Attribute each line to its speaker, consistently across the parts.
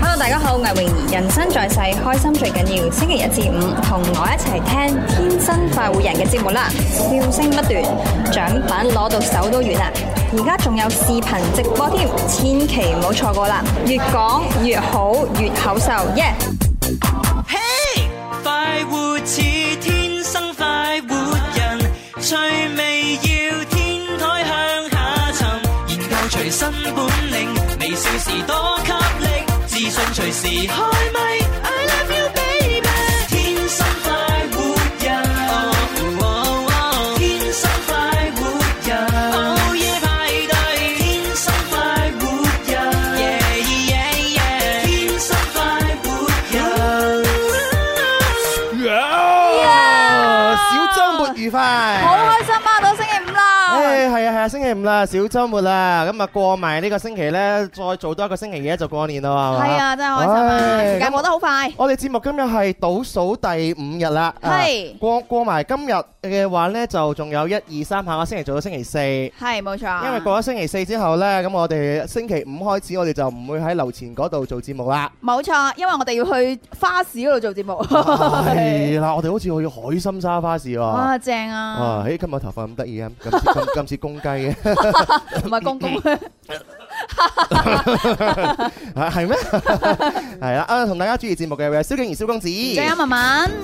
Speaker 1: Hello，大家好，我係泳兒，人生在世，開心最緊要。星期一至五，同我一齊聽《天生快活人》嘅節目啦，笑聲不斷，獎品攞到手都軟啦。而家仲有視頻直播添，千祈唔好錯過啦！越講越好，越口秀，耶、
Speaker 2: 嘿，快活似天生快活人，趣味要天台向下沉，研究隨身本領，微笑時多給力，自信隨時開咪。I love you baby，天生快活人，哦哦哦天生快活人，哦耶派對，天生快活人，耶耶耶，天生快活人。
Speaker 3: 小周末愉快，
Speaker 4: 好開心啊！到星期五啦，
Speaker 3: 诶，係啊係啊，星期五啦，小周末啦，咁啊過埋呢個星期咧，再做多一個星期嘢就過年啦，係嘛？
Speaker 4: 係啊，真係開心啊！
Speaker 3: 唉
Speaker 4: 時間過得好快，
Speaker 3: 我哋節目今日係倒數第五日啦，啊
Speaker 4: 係
Speaker 3: 過過埋今日嘅話呢，就仲有一二三下個星期做到星期四，因
Speaker 4: 係冇錯。
Speaker 3: 為過咗星期四之後呢，咁我哋星期五開始，我哋就唔會喺樓前嗰度做節目 啦。
Speaker 4: 冇錯，因為我哋要去花市嗰度做節目。
Speaker 3: Ờ, 係啦，我哋好似去海心沙花市喎。
Speaker 4: 哇，正啊！
Speaker 3: 啊！咦，今日頭髮咁得意啊，咁似咁咁似公雞嘅，
Speaker 4: 同埋公公，
Speaker 3: 啊係 咩？係啦，啊，同大家主持節目嘅會有蕭敬仁、蕭公子，
Speaker 4: 正啊，文文，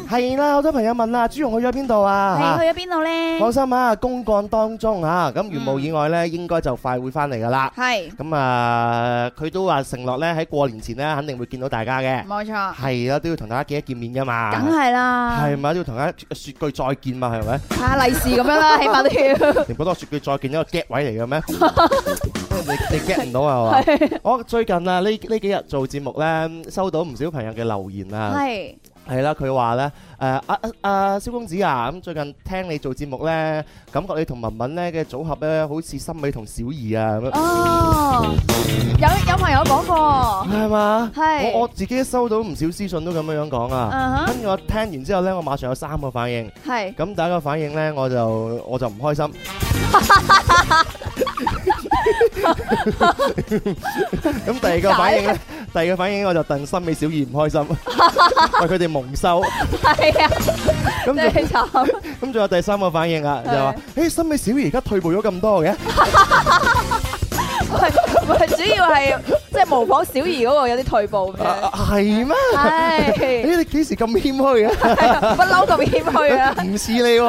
Speaker 3: 係啦，好多朋友問啦，朱紅去咗邊度啊？
Speaker 4: 你去咗邊度咧？
Speaker 3: 放心啊，公幹當中啊，咁如無意外咧，應該就快會翻嚟噶啦。
Speaker 4: 係
Speaker 3: 咁啊，佢都話承諾咧喺過年前咧，肯定會見到大家嘅。
Speaker 4: 冇錯，
Speaker 3: 係啊啦，都要同大家見一見面噶嘛。
Speaker 4: 嗯梗係啦，
Speaker 3: 係咪都要同大家説句再見嘛？係咪？
Speaker 4: 派下利是咁樣啦，起碼都 要。
Speaker 3: 你唔覺得我説句再見一個 get 位嚟嘅 咩？你你 get 唔到啊？係嘛？我最近啊，呢呢幾日做節目咧，收到唔少朋友嘅留言啊。
Speaker 4: 係
Speaker 3: 係啦，佢話咧，誒啊啊啊，蕭公子啊，咁最近聽你做節目咧，感覺你同文文咧嘅組合咧，好似森美同小儀啊咁樣，
Speaker 4: 哦，有有朋友講過，
Speaker 3: 係嘛？
Speaker 4: 係
Speaker 3: 我我自己收到唔少私信都咁樣樣講啊。
Speaker 4: 嗯哼，
Speaker 3: 跟住我聽完之後咧，我馬上有三個反應。
Speaker 4: 係
Speaker 3: 咁第一個反應咧，我就我就唔 開心。咁第二個反應咧，第二個反應我就戥森美小儀唔 開心，為佢哋蒙羞。
Speaker 4: 係啊，
Speaker 3: 咁就
Speaker 4: 真係慘。
Speaker 3: 咁仲有第三個反應啊，就係話：，誒，森美小儀而家退步咗咁 多嘅，
Speaker 4: 喂喂主要係即係模仿小儀嗰個有啲退步咁
Speaker 3: 啊
Speaker 4: 樣。
Speaker 3: 係咩？
Speaker 4: 唉，
Speaker 3: 誒，你幾時咁謙 虛嘅？
Speaker 4: 不嬲咁謙 虛啊！
Speaker 3: 唔似你 喎，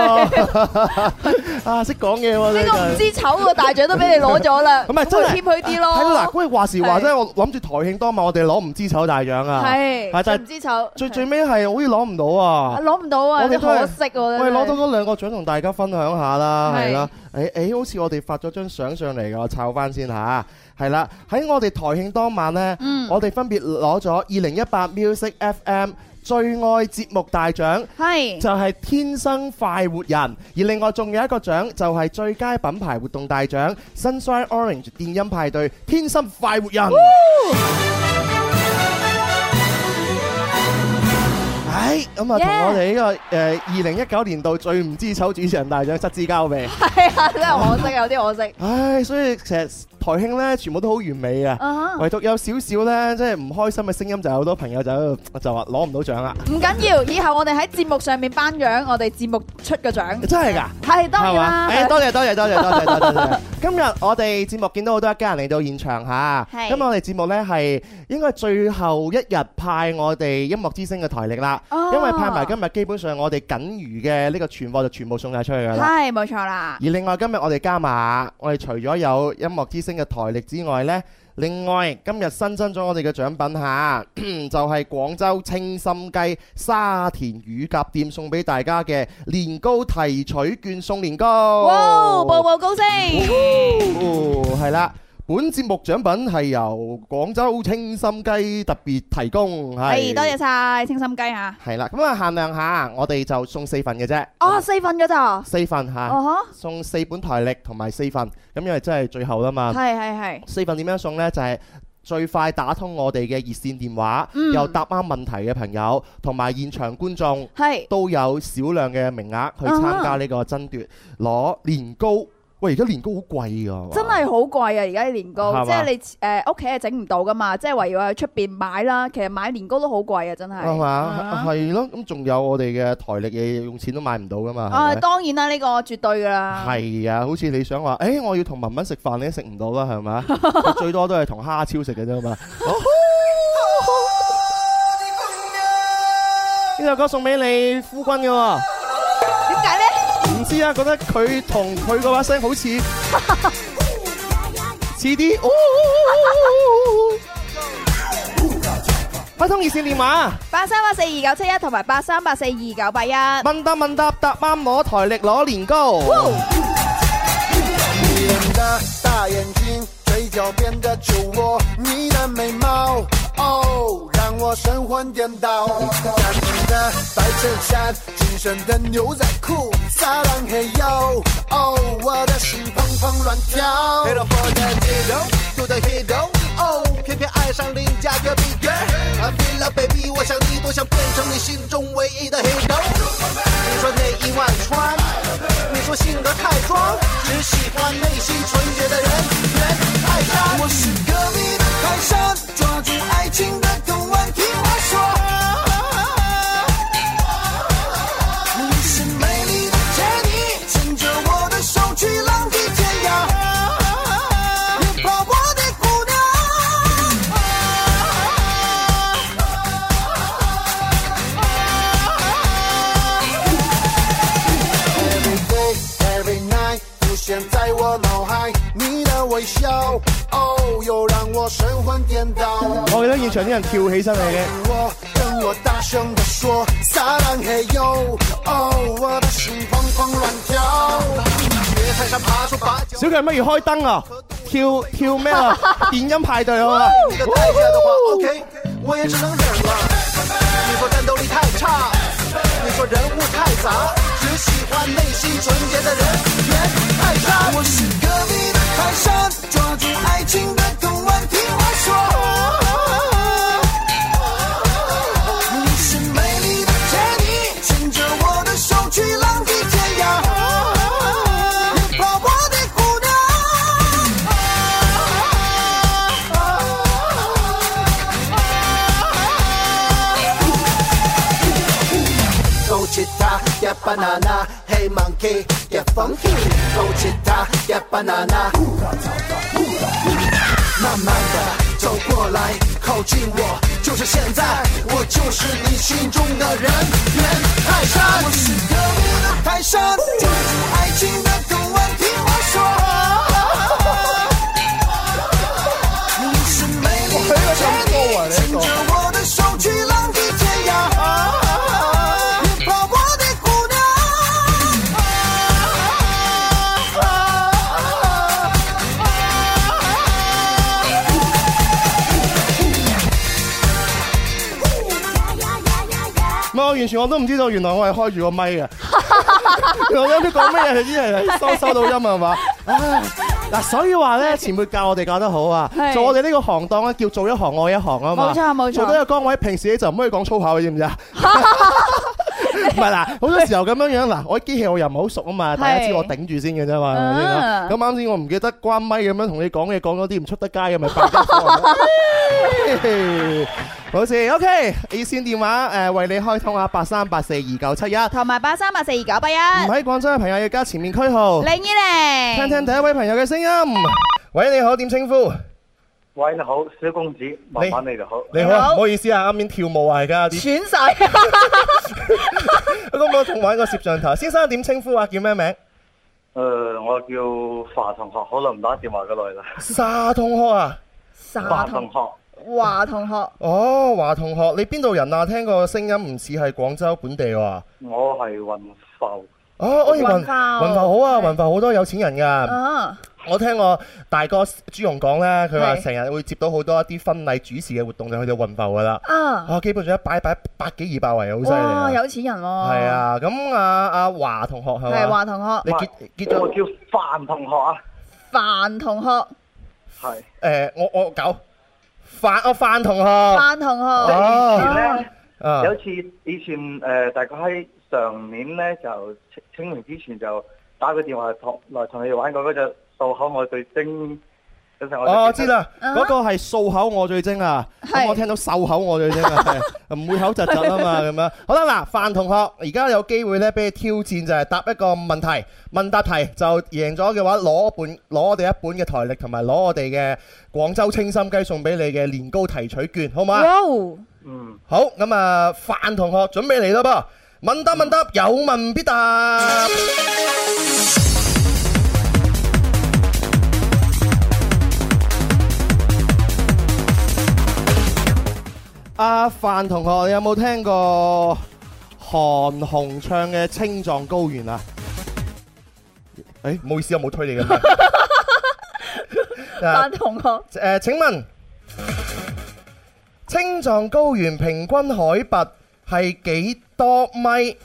Speaker 3: 啊，識講嘢喎，
Speaker 4: 呢
Speaker 3: 你
Speaker 4: 個唔
Speaker 3: 真係
Speaker 4: 知醜嗰個大獎都俾你攞咗啦，
Speaker 3: 咁咪真係啊
Speaker 4: 會謙虛啲
Speaker 3: 係啦嗱，
Speaker 4: 咯。
Speaker 3: 喂，話時話真係，我諗住台慶當晚我哋攞唔知醜大獎啊，
Speaker 4: 係，
Speaker 3: 係但
Speaker 4: 最唔
Speaker 3: 係
Speaker 4: 知醜，
Speaker 3: 最
Speaker 4: 係
Speaker 3: 最尾係好似攞唔到啊。
Speaker 4: 攞唔到啊，
Speaker 3: 我
Speaker 4: 有
Speaker 3: 哋
Speaker 4: 啲
Speaker 3: 都係
Speaker 4: 可惜喎。
Speaker 3: 喂，
Speaker 4: 真係
Speaker 3: 攞到嗰兩個獎同大家分享下啦，
Speaker 4: 係
Speaker 3: 係啦。誒誒，好似我哋發咗張相上嚟㗎，我抄翻先嚇。係啦，喺我哋台慶當晚呢，
Speaker 4: 嗯
Speaker 3: 我哋分別攞咗二零一八 Music FM 最愛節目大獎。
Speaker 4: 係
Speaker 3: 就係天生快活人，而另外仲有一個獎就係最佳品牌活動大獎 Sunshine Orange 電音派對天生快活人。唉，咁啊，同
Speaker 4: Yeah
Speaker 3: 我哋呢個誒二零一九年度最唔知醜主持人大獎失之交臂。
Speaker 4: 係啊，真係可惜，有啲可惜。
Speaker 3: 唉，所以成日台慶呢，全部都好完美啊，
Speaker 4: 啊哈
Speaker 3: 唯獨有少少呢，即係唔開心嘅聲音，就有好多朋友就喺度就話攞唔到獎啦。
Speaker 4: 唔緊要，以後我哋喺節目上面頒獎，我哋節目出嘅獎
Speaker 3: 真係㗎？
Speaker 4: 係當然啦。
Speaker 3: 誒， 多謝多謝多謝多謝多謝多謝。今日我哋節目見到好多一家人嚟到現場嚇，
Speaker 4: 係
Speaker 3: 咁我哋節目呢係應該最後一日派我哋音樂之星嘅台歷啦，
Speaker 4: 哦
Speaker 3: 因為派埋今日基本上我哋僅餘嘅呢個存貨就全部送晒出去㗎啦。
Speaker 4: 係冇錯啦。
Speaker 3: 而另外今日我哋加碼，我哋除咗有音樂之星嘅台歷之外呢，另外今日新增咗我哋嘅獎品嚇， 就係廣州清心雞沙田乳鴿店送俾大家嘅年糕提取券送年糕。
Speaker 4: 哇，步步高升，
Speaker 3: 哦，係啦。本節目獎品係由廣州清心雞特別提供，
Speaker 4: 係多謝。晒清心雞嚇。
Speaker 3: 係啦，咁啊限量下，我哋就送四份嘅啫。
Speaker 4: 哦，四份嗰咋？
Speaker 3: 四份嚇，
Speaker 4: 哦
Speaker 3: 送四本台歷同埋四份，咁因為真係最後啦嘛
Speaker 4: 呵，。係係係。
Speaker 3: 四份點樣送呢？就係、最快打通我哋嘅熱線電話，
Speaker 4: 嗯
Speaker 3: 又答啱問題嘅朋友，同埋現場觀眾
Speaker 4: 係嗯
Speaker 3: 都有少量嘅名額去參加呢個爭奪攞年糕。喂，而家年糕好貴㗎，
Speaker 4: 真係好貴啊！而家啲年
Speaker 3: 係嘛
Speaker 4: 糕，即係你誒屋企係整唔到噶嘛，即係唯有喺出邊買啦。其實買年糕都好貴啊，真係。
Speaker 3: 係嘛？
Speaker 4: 啊
Speaker 3: 係咯，咁仲有我哋嘅台歷嘢用錢都買唔到㗎嘛？係
Speaker 4: 啊，
Speaker 3: 咪
Speaker 4: 當然啦，呢個絕對噶啦。
Speaker 3: 係啊，好似你想話，誒我要同文文食飯，你都食唔到啦，係咪？啊佢最多都係同蝦超食嘅啫嘛。呢首歌送俾你夫君嘅喎，
Speaker 4: 點解咧？
Speaker 3: 唔知啊，覺得佢同佢嗰把聲好似似啲。哦開通熱線電話，
Speaker 4: 八三八四二九七一同埋八三八四二九八一。
Speaker 3: 問答問答答啱攞台歷攞年糕。
Speaker 5: 迷人的大眼睛，嘴角边的酒窝，迷人美貌，哦，让我神魂颠倒。干净的白衬衫，紧身的牛仔裤，撒浪嘿哟，哦，我的心砰砰乱跳。Hit up for the hero, do the hero, 哦，偏偏爱上邻家隔壁 girl。I 啊 feel like baby，我想你，多想变成你心中唯一的 hero。你说内衣外穿，你说性格太装，只喜欢内心纯洁的人，人爱上。我是革命的泰山，抓住爱情的港湾，听我说。你是美丽的杰尼，牵着我的手去浪迹天涯。你怕我的姑娘。Every day, every night，浮现在我脑海，你的微笑，哦，又让我神魂颠倒。
Speaker 3: 我記得現場啲人跳起身嚟嘅。
Speaker 5: 我跟我大声地说，撒浪嘿哟，哦，我的心砰砰乱跳。月台上爬出八角
Speaker 3: 小強不如開燈啊，跳跳咩 啊？電音派對好啊！
Speaker 5: 你的代价的话，OK，我也只能忍了。你说战斗力太差，你说人物太杂，只喜欢内心纯洁的人，人太差。我是革命的泰山，抓住爱情的港湾，听我说。你是美丽的杰尼，牵着我的手去浪迹天涯。你怕我的姑娘。Go guitar, yeah banana, hey monkey, yeah funky. Go guitar, yeah banana. 慢慢的走过来，靠近我，就是现在，我就是你心中的人，人泰山。我是革命的泰山，抓住爱情的港湾，听我说。你是美丽的杰尼，牵着我的手去浪迹天涯。你怕我的姑娘。
Speaker 3: 唔係，我完全我都唔知道，原來我係開住個咪嘅。 我有啲講咩嘢，啲人係收收到音啊係嘛？唉嗱，所以話咧，前輩教我哋教得好啊，
Speaker 4: 係
Speaker 3: 做我哋呢個行當啊咧，叫做一行愛一行啊嘛。
Speaker 4: 冇錯冇錯
Speaker 3: 做到一個崗位，平時你就唔可以講粗口，你知唔知啊？唔係嗱，好多時候咁樣樣嗱，我機器我又唔係好熟啊嘛，大家知我頂住先嘅啫嘛，係咪先啊
Speaker 4: 啊
Speaker 3: 咁啱先我唔記得關咪咁樣同你講嘢，講咗啲唔出得街嘅咪白得火。啊冇事，OK，熱線電話誒為你開通下啊八三八四二九七一，唔
Speaker 4: 同埋八三八四二九八一。
Speaker 3: 喺廣州嘅朋友要加前面區號，
Speaker 4: 零二
Speaker 3: 聽聽
Speaker 4: 零。
Speaker 3: 第一位朋友嘅聲音。喂，你好，點稱呼？
Speaker 6: 喂，你好，小公子，麻煩你哋好。
Speaker 3: 你好
Speaker 4: 你
Speaker 3: 啊，
Speaker 4: 好
Speaker 3: 唔好意思啊，啱面跳舞啊，而家啲，
Speaker 4: 選晒，
Speaker 3: 咁我仲玩個攝像頭。先生點稱呼啊？叫咩名？
Speaker 6: 誒、呃我叫華同學，好耐唔打電話咁耐啦。
Speaker 3: 沙通開啊！
Speaker 6: 華
Speaker 4: 沙
Speaker 6: 同
Speaker 4: 同
Speaker 6: 學，
Speaker 4: 華同學，
Speaker 3: 哦，華同學，你邊度人啊？聽個聲音唔似係廣州本地喎。
Speaker 6: 我係雲浮。
Speaker 3: 哦，哎，雲
Speaker 4: 雲
Speaker 3: 雲
Speaker 4: 浮
Speaker 3: 浮好啊，雲浮好多有錢人㗎。
Speaker 4: 啊，
Speaker 3: 我聽我大哥朱紅講咧，佢話
Speaker 4: 係
Speaker 3: 成日會接到好多一啲婚禮主持嘅活動，就去到雲浮㗎啦。
Speaker 4: 啊，
Speaker 3: 啊，基本上一擺擺百幾二百圍，好犀利
Speaker 4: 哇，
Speaker 3: 啊。
Speaker 4: 有錢人喎，
Speaker 3: 係
Speaker 4: 係，
Speaker 3: 啊，咁啊阿華同學係嘛？
Speaker 4: 係華同學，
Speaker 3: 你結結
Speaker 6: 我
Speaker 3: 咗
Speaker 6: 叫范同學啊，
Speaker 4: 范同學，
Speaker 6: 係。
Speaker 3: 誒？我我九范哦范同學
Speaker 4: 范同學，
Speaker 6: 以前
Speaker 3: 啊
Speaker 6: 咧，
Speaker 3: 啊
Speaker 6: 呃有次以前誒、大概喺上年咧就清清明之前就打個電話同來同你玩過嗰只數口我最精嗰陣，我
Speaker 3: 哦，
Speaker 6: 就嗯
Speaker 3: 知啦，
Speaker 4: 啊
Speaker 3: 嗰個係掃口我最精啊！
Speaker 4: 係
Speaker 3: 咁我聽到漱口我最精啊， 係唔會口窒窒啊嘛咁樣。好啦，嗱，范同學，而家有機會咧俾你挑戰，就係答一個問題，問答題就贏咗嘅話，攞本攞我哋一本嘅台歷，同埋攞我哋嘅廣州清心雞送俾你嘅年糕提取券，好唔好啊？
Speaker 4: 哇！
Speaker 6: 嗯，
Speaker 3: 好，咁啊，范同學準備嚟啦噃，問答問答，有問必答。阿范同學，你有冇聽過韓紅唱嘅《青藏高原》啊？誒、唔好意思，我冇推 你嘅咪。啊
Speaker 4: 范同學，
Speaker 3: 誒、請問青藏高原平均海拔係幾多米？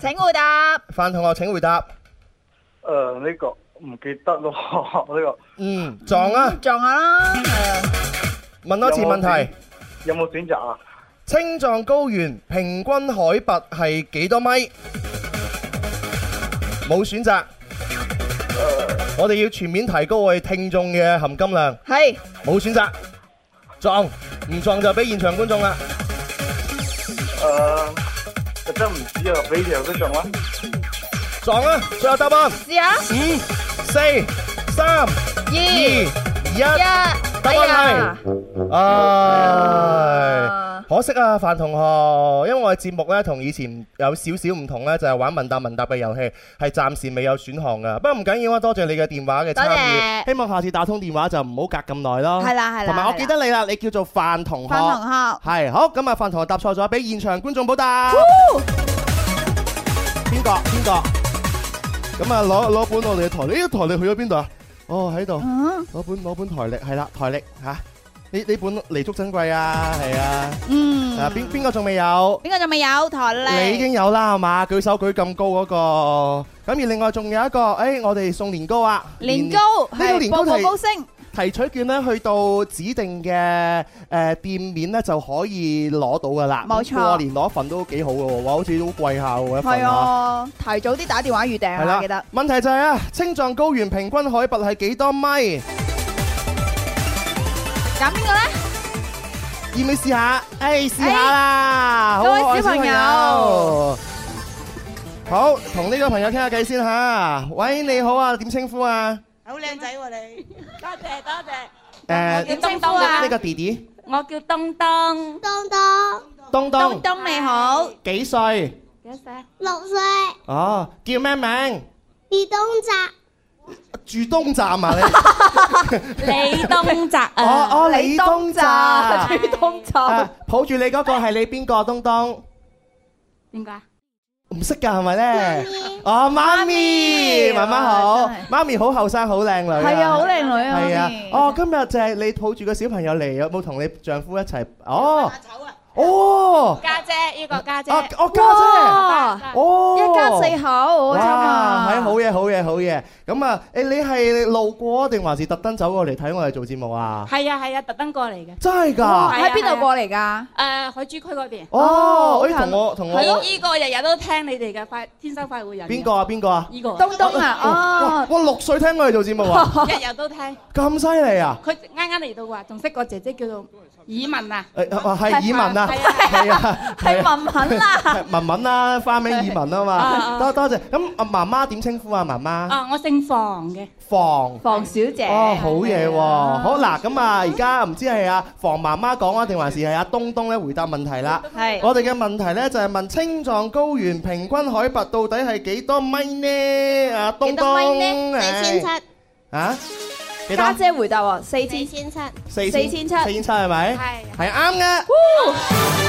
Speaker 4: 請回答。
Speaker 3: 范同學請回答。
Speaker 6: 誒呃呢個唔記得咯， 呢
Speaker 3: 嗯，撞啊！
Speaker 4: 撞下啦，係啊，
Speaker 3: 問多次問題。
Speaker 6: 個有冇選擇啊？
Speaker 3: 青藏高原平均海拔係幾多米？冇選擇。我哋要全面提高我哋聽眾嘅含金量。
Speaker 4: 係
Speaker 3: 冇選擇，撞唔撞就俾現場觀眾啦。
Speaker 6: 誒，就真唔知啊，俾條都中啦。
Speaker 3: 撞啊！最後答案
Speaker 4: 試下
Speaker 3: 五、四、三、
Speaker 4: 二
Speaker 3: 二、
Speaker 4: 一，
Speaker 3: 一。答
Speaker 4: 哎
Speaker 3: 案
Speaker 4: 呀，
Speaker 3: 啊係，唉，可惜啊，范同學，因為我哋節目咧同以前有少少唔同咧，就係玩問答問答嘅遊戲，係暫時未有選項噶。不過唔緊要啊，多謝你嘅電話嘅參
Speaker 4: 多
Speaker 3: 與，
Speaker 4: 謝
Speaker 3: 希望下次打通電話就唔好隔咁耐咯。
Speaker 4: 係啦係啦
Speaker 3: 同埋
Speaker 4: 係
Speaker 3: 我
Speaker 4: 啦
Speaker 3: 記得你啦，你叫做范同學。
Speaker 4: 范同學，
Speaker 3: 係好，咁啊，范同學答錯咗，俾現場觀眾補答。邊個？邊個？咁啊，攞攞本我哋嘅台歷，呢個台歷去咗邊度啊？哦，喺度。
Speaker 4: 嗯
Speaker 3: 攞本攞本台歷係啦，台歷吓，呢呢本彌足珍貴啊，係啊，
Speaker 4: 嗯，
Speaker 3: 啊邊邊個仲未有？
Speaker 4: 邊個仲未有台
Speaker 3: 你
Speaker 4: 咧？
Speaker 3: 已經有啦，係嘛？舉手舉咁高嗰個，咁而另外仲有一個，誒，我哋送年糕啊，
Speaker 4: 年糕
Speaker 3: 呢個年
Speaker 4: 係
Speaker 3: 糕
Speaker 4: 步步
Speaker 3: 提
Speaker 4: 高升，
Speaker 3: 提取券咧，去到指定嘅誒店面咧就可以攞到噶啦。
Speaker 4: 冇錯
Speaker 3: 過年攞份都幾好嘅喎，哇，好似好貴下喎一份
Speaker 4: 係
Speaker 3: 啊。
Speaker 4: 啊，提早啲打電話預訂
Speaker 3: 係
Speaker 4: 啊，
Speaker 3: 啦，
Speaker 4: 記得。
Speaker 3: 問題就係啊，青藏高原平均海拔係幾多米？
Speaker 4: 揀邊個咧？
Speaker 3: 要唔要試下？誒，試下啦！好
Speaker 4: 各位小朋友，
Speaker 3: 好，同呢個朋友傾下偈先吓。喂，你好啊，點稱呼啊？
Speaker 7: 好靚仔喎你，多謝多謝。
Speaker 3: 誒，
Speaker 4: 點稱呼啊
Speaker 3: 呢？個弟弟
Speaker 7: 我叫東東，
Speaker 3: 東
Speaker 4: 東
Speaker 3: 東
Speaker 4: 東你好，
Speaker 3: 幾歲？
Speaker 7: 幾多歲？
Speaker 8: 六歲，
Speaker 3: 哦，叫咩名？
Speaker 8: 李東澤，
Speaker 3: 住東站啊你？
Speaker 7: 李東澤
Speaker 3: 哦
Speaker 7: 啊，
Speaker 4: Ờ,
Speaker 3: 哦，李東站。
Speaker 4: 李東
Speaker 3: 啊
Speaker 4: 澤，
Speaker 3: 抱住你嗰個係你邊個？東東
Speaker 7: 點解？
Speaker 3: 唔識㗎係咪咧？哦，媽咪，
Speaker 4: 媽
Speaker 3: 媽媽
Speaker 4: 咪
Speaker 3: 好
Speaker 4: 哇真係，
Speaker 3: 媽咪好後生，好靚女啊。
Speaker 4: 係啊，好靚女啊，
Speaker 3: 係啊，
Speaker 4: 好
Speaker 3: 哦，
Speaker 4: 似
Speaker 3: 今日就係你抱住個小朋友嚟，有冇同你丈夫一齊？哦，
Speaker 7: 醜啊！
Speaker 3: 哦，
Speaker 7: 家姐，呢個家姐。
Speaker 3: 啊，我家
Speaker 4: 哇
Speaker 3: 姐，哦，
Speaker 4: 一家四口，好慘
Speaker 3: 哇，
Speaker 4: 啊，
Speaker 3: 係好嘢，好嘢，好嘢。咁啊，誒，你係路過定還是特登走過嚟睇我哋做節目啊？
Speaker 7: 係啊係啊，特登過嚟嘅。
Speaker 3: 真係
Speaker 4: 哇
Speaker 3: 㗎，
Speaker 7: 係啊
Speaker 4: 喺邊度過嚟㗎？
Speaker 7: 誒，呃海珠區嗰邊。
Speaker 3: 哦，誒，
Speaker 4: 好
Speaker 3: 同我同我
Speaker 7: 佢呢個日日都聽你哋嘅快天生快活人。
Speaker 3: 邊個？啊？邊個啊？
Speaker 7: 呢個。
Speaker 4: 東東啊，
Speaker 3: 哇
Speaker 4: 哦，
Speaker 3: 哇，六歲聽我哋做節目啊，
Speaker 7: 日日都聽。
Speaker 3: 咁犀利啊！
Speaker 7: 佢啱啱嚟到話，仲識個姐姐叫做以文啊。
Speaker 3: 誒，啊係耳聞啊，係啊，
Speaker 4: 係文文啊 啦，
Speaker 3: 文文啦，花名耳聞啊
Speaker 7: 啊
Speaker 3: 嘛，
Speaker 7: 啊
Speaker 3: 多多謝。咁啊，媽媽點稱呼啊？媽
Speaker 9: Ờ.
Speaker 3: 媽
Speaker 7: 啊，我姓房嘅。
Speaker 3: 房。
Speaker 4: 房小姐，
Speaker 3: 哦，好嘢喎！好嗱，咁啊，而家唔知係阿房媽媽講啊，定還是係阿東東咧回答問題啦。
Speaker 4: 係
Speaker 3: 我哋嘅問題咧就係問青藏高原平均海拔到底係幾多米呢？啊，東
Speaker 8: 幾多米
Speaker 3: 東，
Speaker 8: 呢？四千七
Speaker 3: 唉，啊，幾多
Speaker 4: 家？姐回答喎，四
Speaker 8: 四
Speaker 4: 千，
Speaker 8: 千七，
Speaker 3: 四
Speaker 4: 四千七
Speaker 3: 四千七係咪？
Speaker 4: à.
Speaker 7: 係
Speaker 3: 係啱嘅。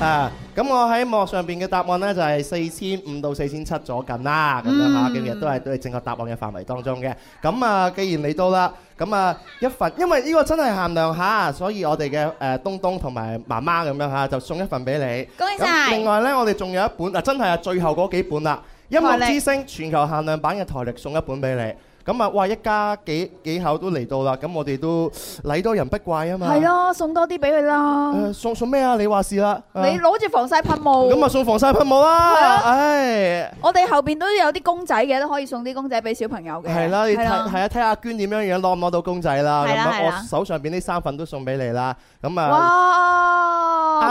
Speaker 3: 啊，咁我喺網上邊嘅答案呢，就係四千五到四千七左近啦，咁樣嚇，咁亦都係都係正確答案嘅範圍當中嘅。咁啊，既然嚟到啦，咁啊一份，因為呢個真係限量嚇，所以我哋嘅誒東東同埋媽媽咁樣嚇，就送一份俾你。
Speaker 4: 恭喜
Speaker 3: 咁
Speaker 4: 晒
Speaker 3: 另！外呢，我哋仲有一本啊，真係啊，最後嗰幾本啦，《音樂之星》全球限量版嘅台歷送一本俾你。咁啊，哇！一家幾幾口都嚟到啦，咁我哋都禮多人不怪啊嘛。
Speaker 4: 嗯係咯，送多啲俾佢啦。
Speaker 3: 誒，送送咩啊？你話事啦。啊
Speaker 4: 你攞住防曬噴霧，
Speaker 3: 咁啊，送防曬噴霧
Speaker 4: 係
Speaker 3: 啦
Speaker 4: 啊。
Speaker 3: 唉。
Speaker 4: 我哋後邊都有啲公仔嘅，都可以送啲公仔俾小朋友嘅。
Speaker 3: 係啦，你睇
Speaker 4: 係啦
Speaker 3: 係啊，睇下娟點樣樣攞唔攞到公仔啦。
Speaker 4: 係
Speaker 3: 咁
Speaker 4: 啦
Speaker 3: 啊，
Speaker 4: 係
Speaker 3: 我
Speaker 4: 啦
Speaker 3: 手上邊呢三份都送俾你啦。咁啊，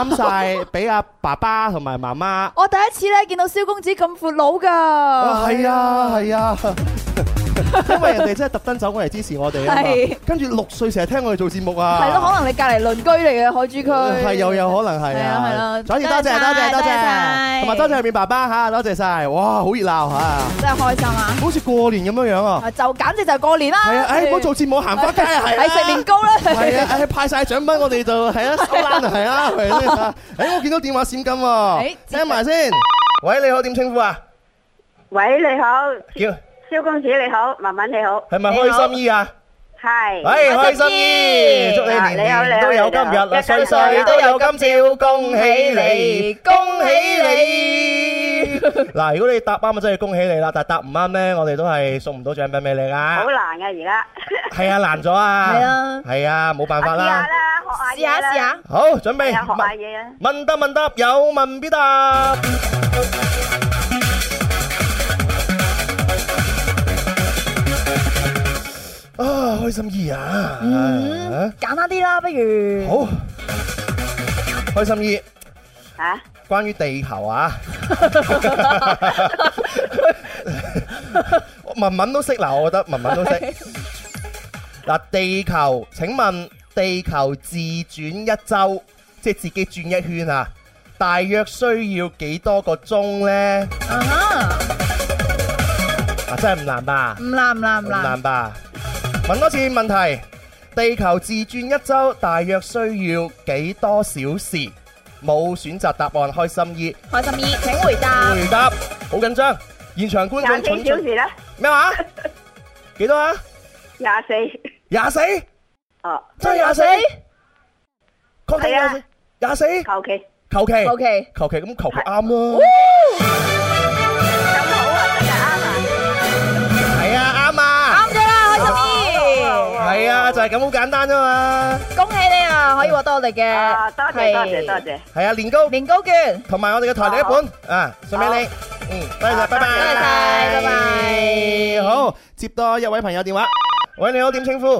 Speaker 4: 哇！
Speaker 3: 啱晒俾阿爸爸同埋媽媽。
Speaker 4: 我第一次咧見到蕭公子咁闊佬㗎。
Speaker 3: 啊，係啊，係啊。 因為人哋真係特登走過嚟支持我哋啊嘛
Speaker 4: 係，
Speaker 3: 跟住六歲成日聽我哋做節目啊，
Speaker 4: 係咯，可能你隔離鄰居嚟嘅海珠區。
Speaker 3: 係又有可能係
Speaker 4: 係啊係
Speaker 3: 啊
Speaker 4: 啊，
Speaker 3: 所以多謝多謝多
Speaker 4: 多謝
Speaker 3: 謝，
Speaker 4: 晒
Speaker 3: 同埋多謝入面爸爸嚇，多謝晒，哇，好熱鬧嚇，
Speaker 4: 真係開心啊！
Speaker 3: 好似過年咁樣樣啊，
Speaker 4: 啊就簡直就係過年啦。
Speaker 3: 係啊，誒，唔好做節目行翻街啊，係啊
Speaker 4: 係食年糕啦。
Speaker 3: 係啊，誒派晒獎品我哋就 係啊收單係啊，係咪先啊？誒我見到電話閃金喎
Speaker 4: 誒，
Speaker 3: 聽埋先。喂，你好，點稱呼啊？
Speaker 8: 喂，你好，
Speaker 3: 叫
Speaker 8: 萧公子你好，文文你好，
Speaker 3: 係咪開心姨啊？
Speaker 8: 系，
Speaker 3: 哎，開心姨，祝你年年都有今日啊，歲歲都有今朝，恭喜你，恭喜你！嗱，如果你答啱啊，真係恭喜你啦，但係答唔啱咧，我哋都係送唔到獎品俾你
Speaker 8: 好
Speaker 3: 噶。
Speaker 8: 難嘅而家，
Speaker 3: 係啊，難咗啊。
Speaker 4: 係啊
Speaker 3: 係啊，冇辦法
Speaker 8: 試下
Speaker 3: 啦。
Speaker 8: 啦，學下嘢啦，
Speaker 4: 下。
Speaker 3: 好，準
Speaker 8: 係啊
Speaker 3: 備
Speaker 8: 學下
Speaker 3: 問
Speaker 8: 嘢啊，
Speaker 3: 問答問答，有問必答。啊，開心姨啊！唉
Speaker 4: 嗯，簡單啲啦，不如。
Speaker 3: 好，開心姨，
Speaker 8: 吓，
Speaker 3: 關於地球 啊，文文都識嗱，我覺得文文都識。 嗱，地球，請問地球自轉一周，即係自己轉一圈啊，大約需要幾多個鐘呢？
Speaker 4: 啊哈，
Speaker 3: 啊，真係唔難吧？
Speaker 4: 唔難唔難唔
Speaker 3: 唔
Speaker 4: 難。
Speaker 3: 難吧？問多次問題，地球自轉一周大約需要幾多小時？冇選擇答案，開心姨。
Speaker 4: 開心姨，請回答。
Speaker 3: 回答好緊張，現場觀眾
Speaker 8: 廿
Speaker 3: 蠢
Speaker 8: 四小
Speaker 3: 蠢
Speaker 8: 時啦，
Speaker 3: 咩話？幾多啊？
Speaker 8: 廿四，
Speaker 3: 廿四，
Speaker 8: 哦，
Speaker 3: 真係廿四？確定
Speaker 8: 係
Speaker 3: 廿
Speaker 8: 啊
Speaker 3: 四？廿四？
Speaker 8: 求其，
Speaker 3: 求其
Speaker 4: OK，
Speaker 3: 求其咁求其啱啦。
Speaker 8: 咁好啊，真係啱啊。
Speaker 3: 係啊，啱啊。
Speaker 4: 啱咗啦，開心
Speaker 3: 係啊，就係咁好簡單啫嘛。
Speaker 4: 姨，恭喜你啊，可以獲得我
Speaker 8: 啊，
Speaker 4: 哋嘅。
Speaker 8: 多謝多謝多。謝，
Speaker 3: 係啊，年糕
Speaker 4: 年糕券。
Speaker 3: 同埋我哋嘅台歷一本啊，送俾你。嗯，多謝晒，拜拜。
Speaker 4: 多謝晒拜拜
Speaker 3: 好，接多一位朋友電話。喂，你好，點稱呼？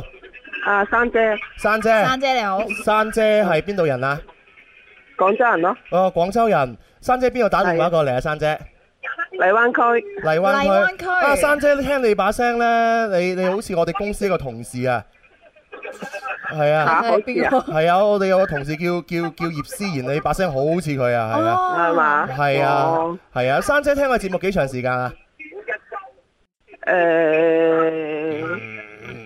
Speaker 8: 啊，三姐，
Speaker 3: 珊姐。
Speaker 4: 珊姐你好，
Speaker 3: 珊姐係邊度人啊？
Speaker 8: 廣州人咯，
Speaker 3: 哦，廣州人。珊姐邊度打電話過嚟啊？珊姐，
Speaker 8: 荔灣區，
Speaker 3: 荔灣區。
Speaker 4: 荔灣區
Speaker 3: 啊，珊姐，聽你把聲咧，你你好似我哋公司一個同事啊。係啊，
Speaker 8: 好似啊，
Speaker 3: 係啊，我哋有個同事叫叫叫葉思妍，你把聲好似佢啊，係啊，
Speaker 8: 係嘛？
Speaker 3: 係啊，係啊。珊姐聽我節目幾長時間啊？
Speaker 8: 誒，
Speaker 3: 嗯，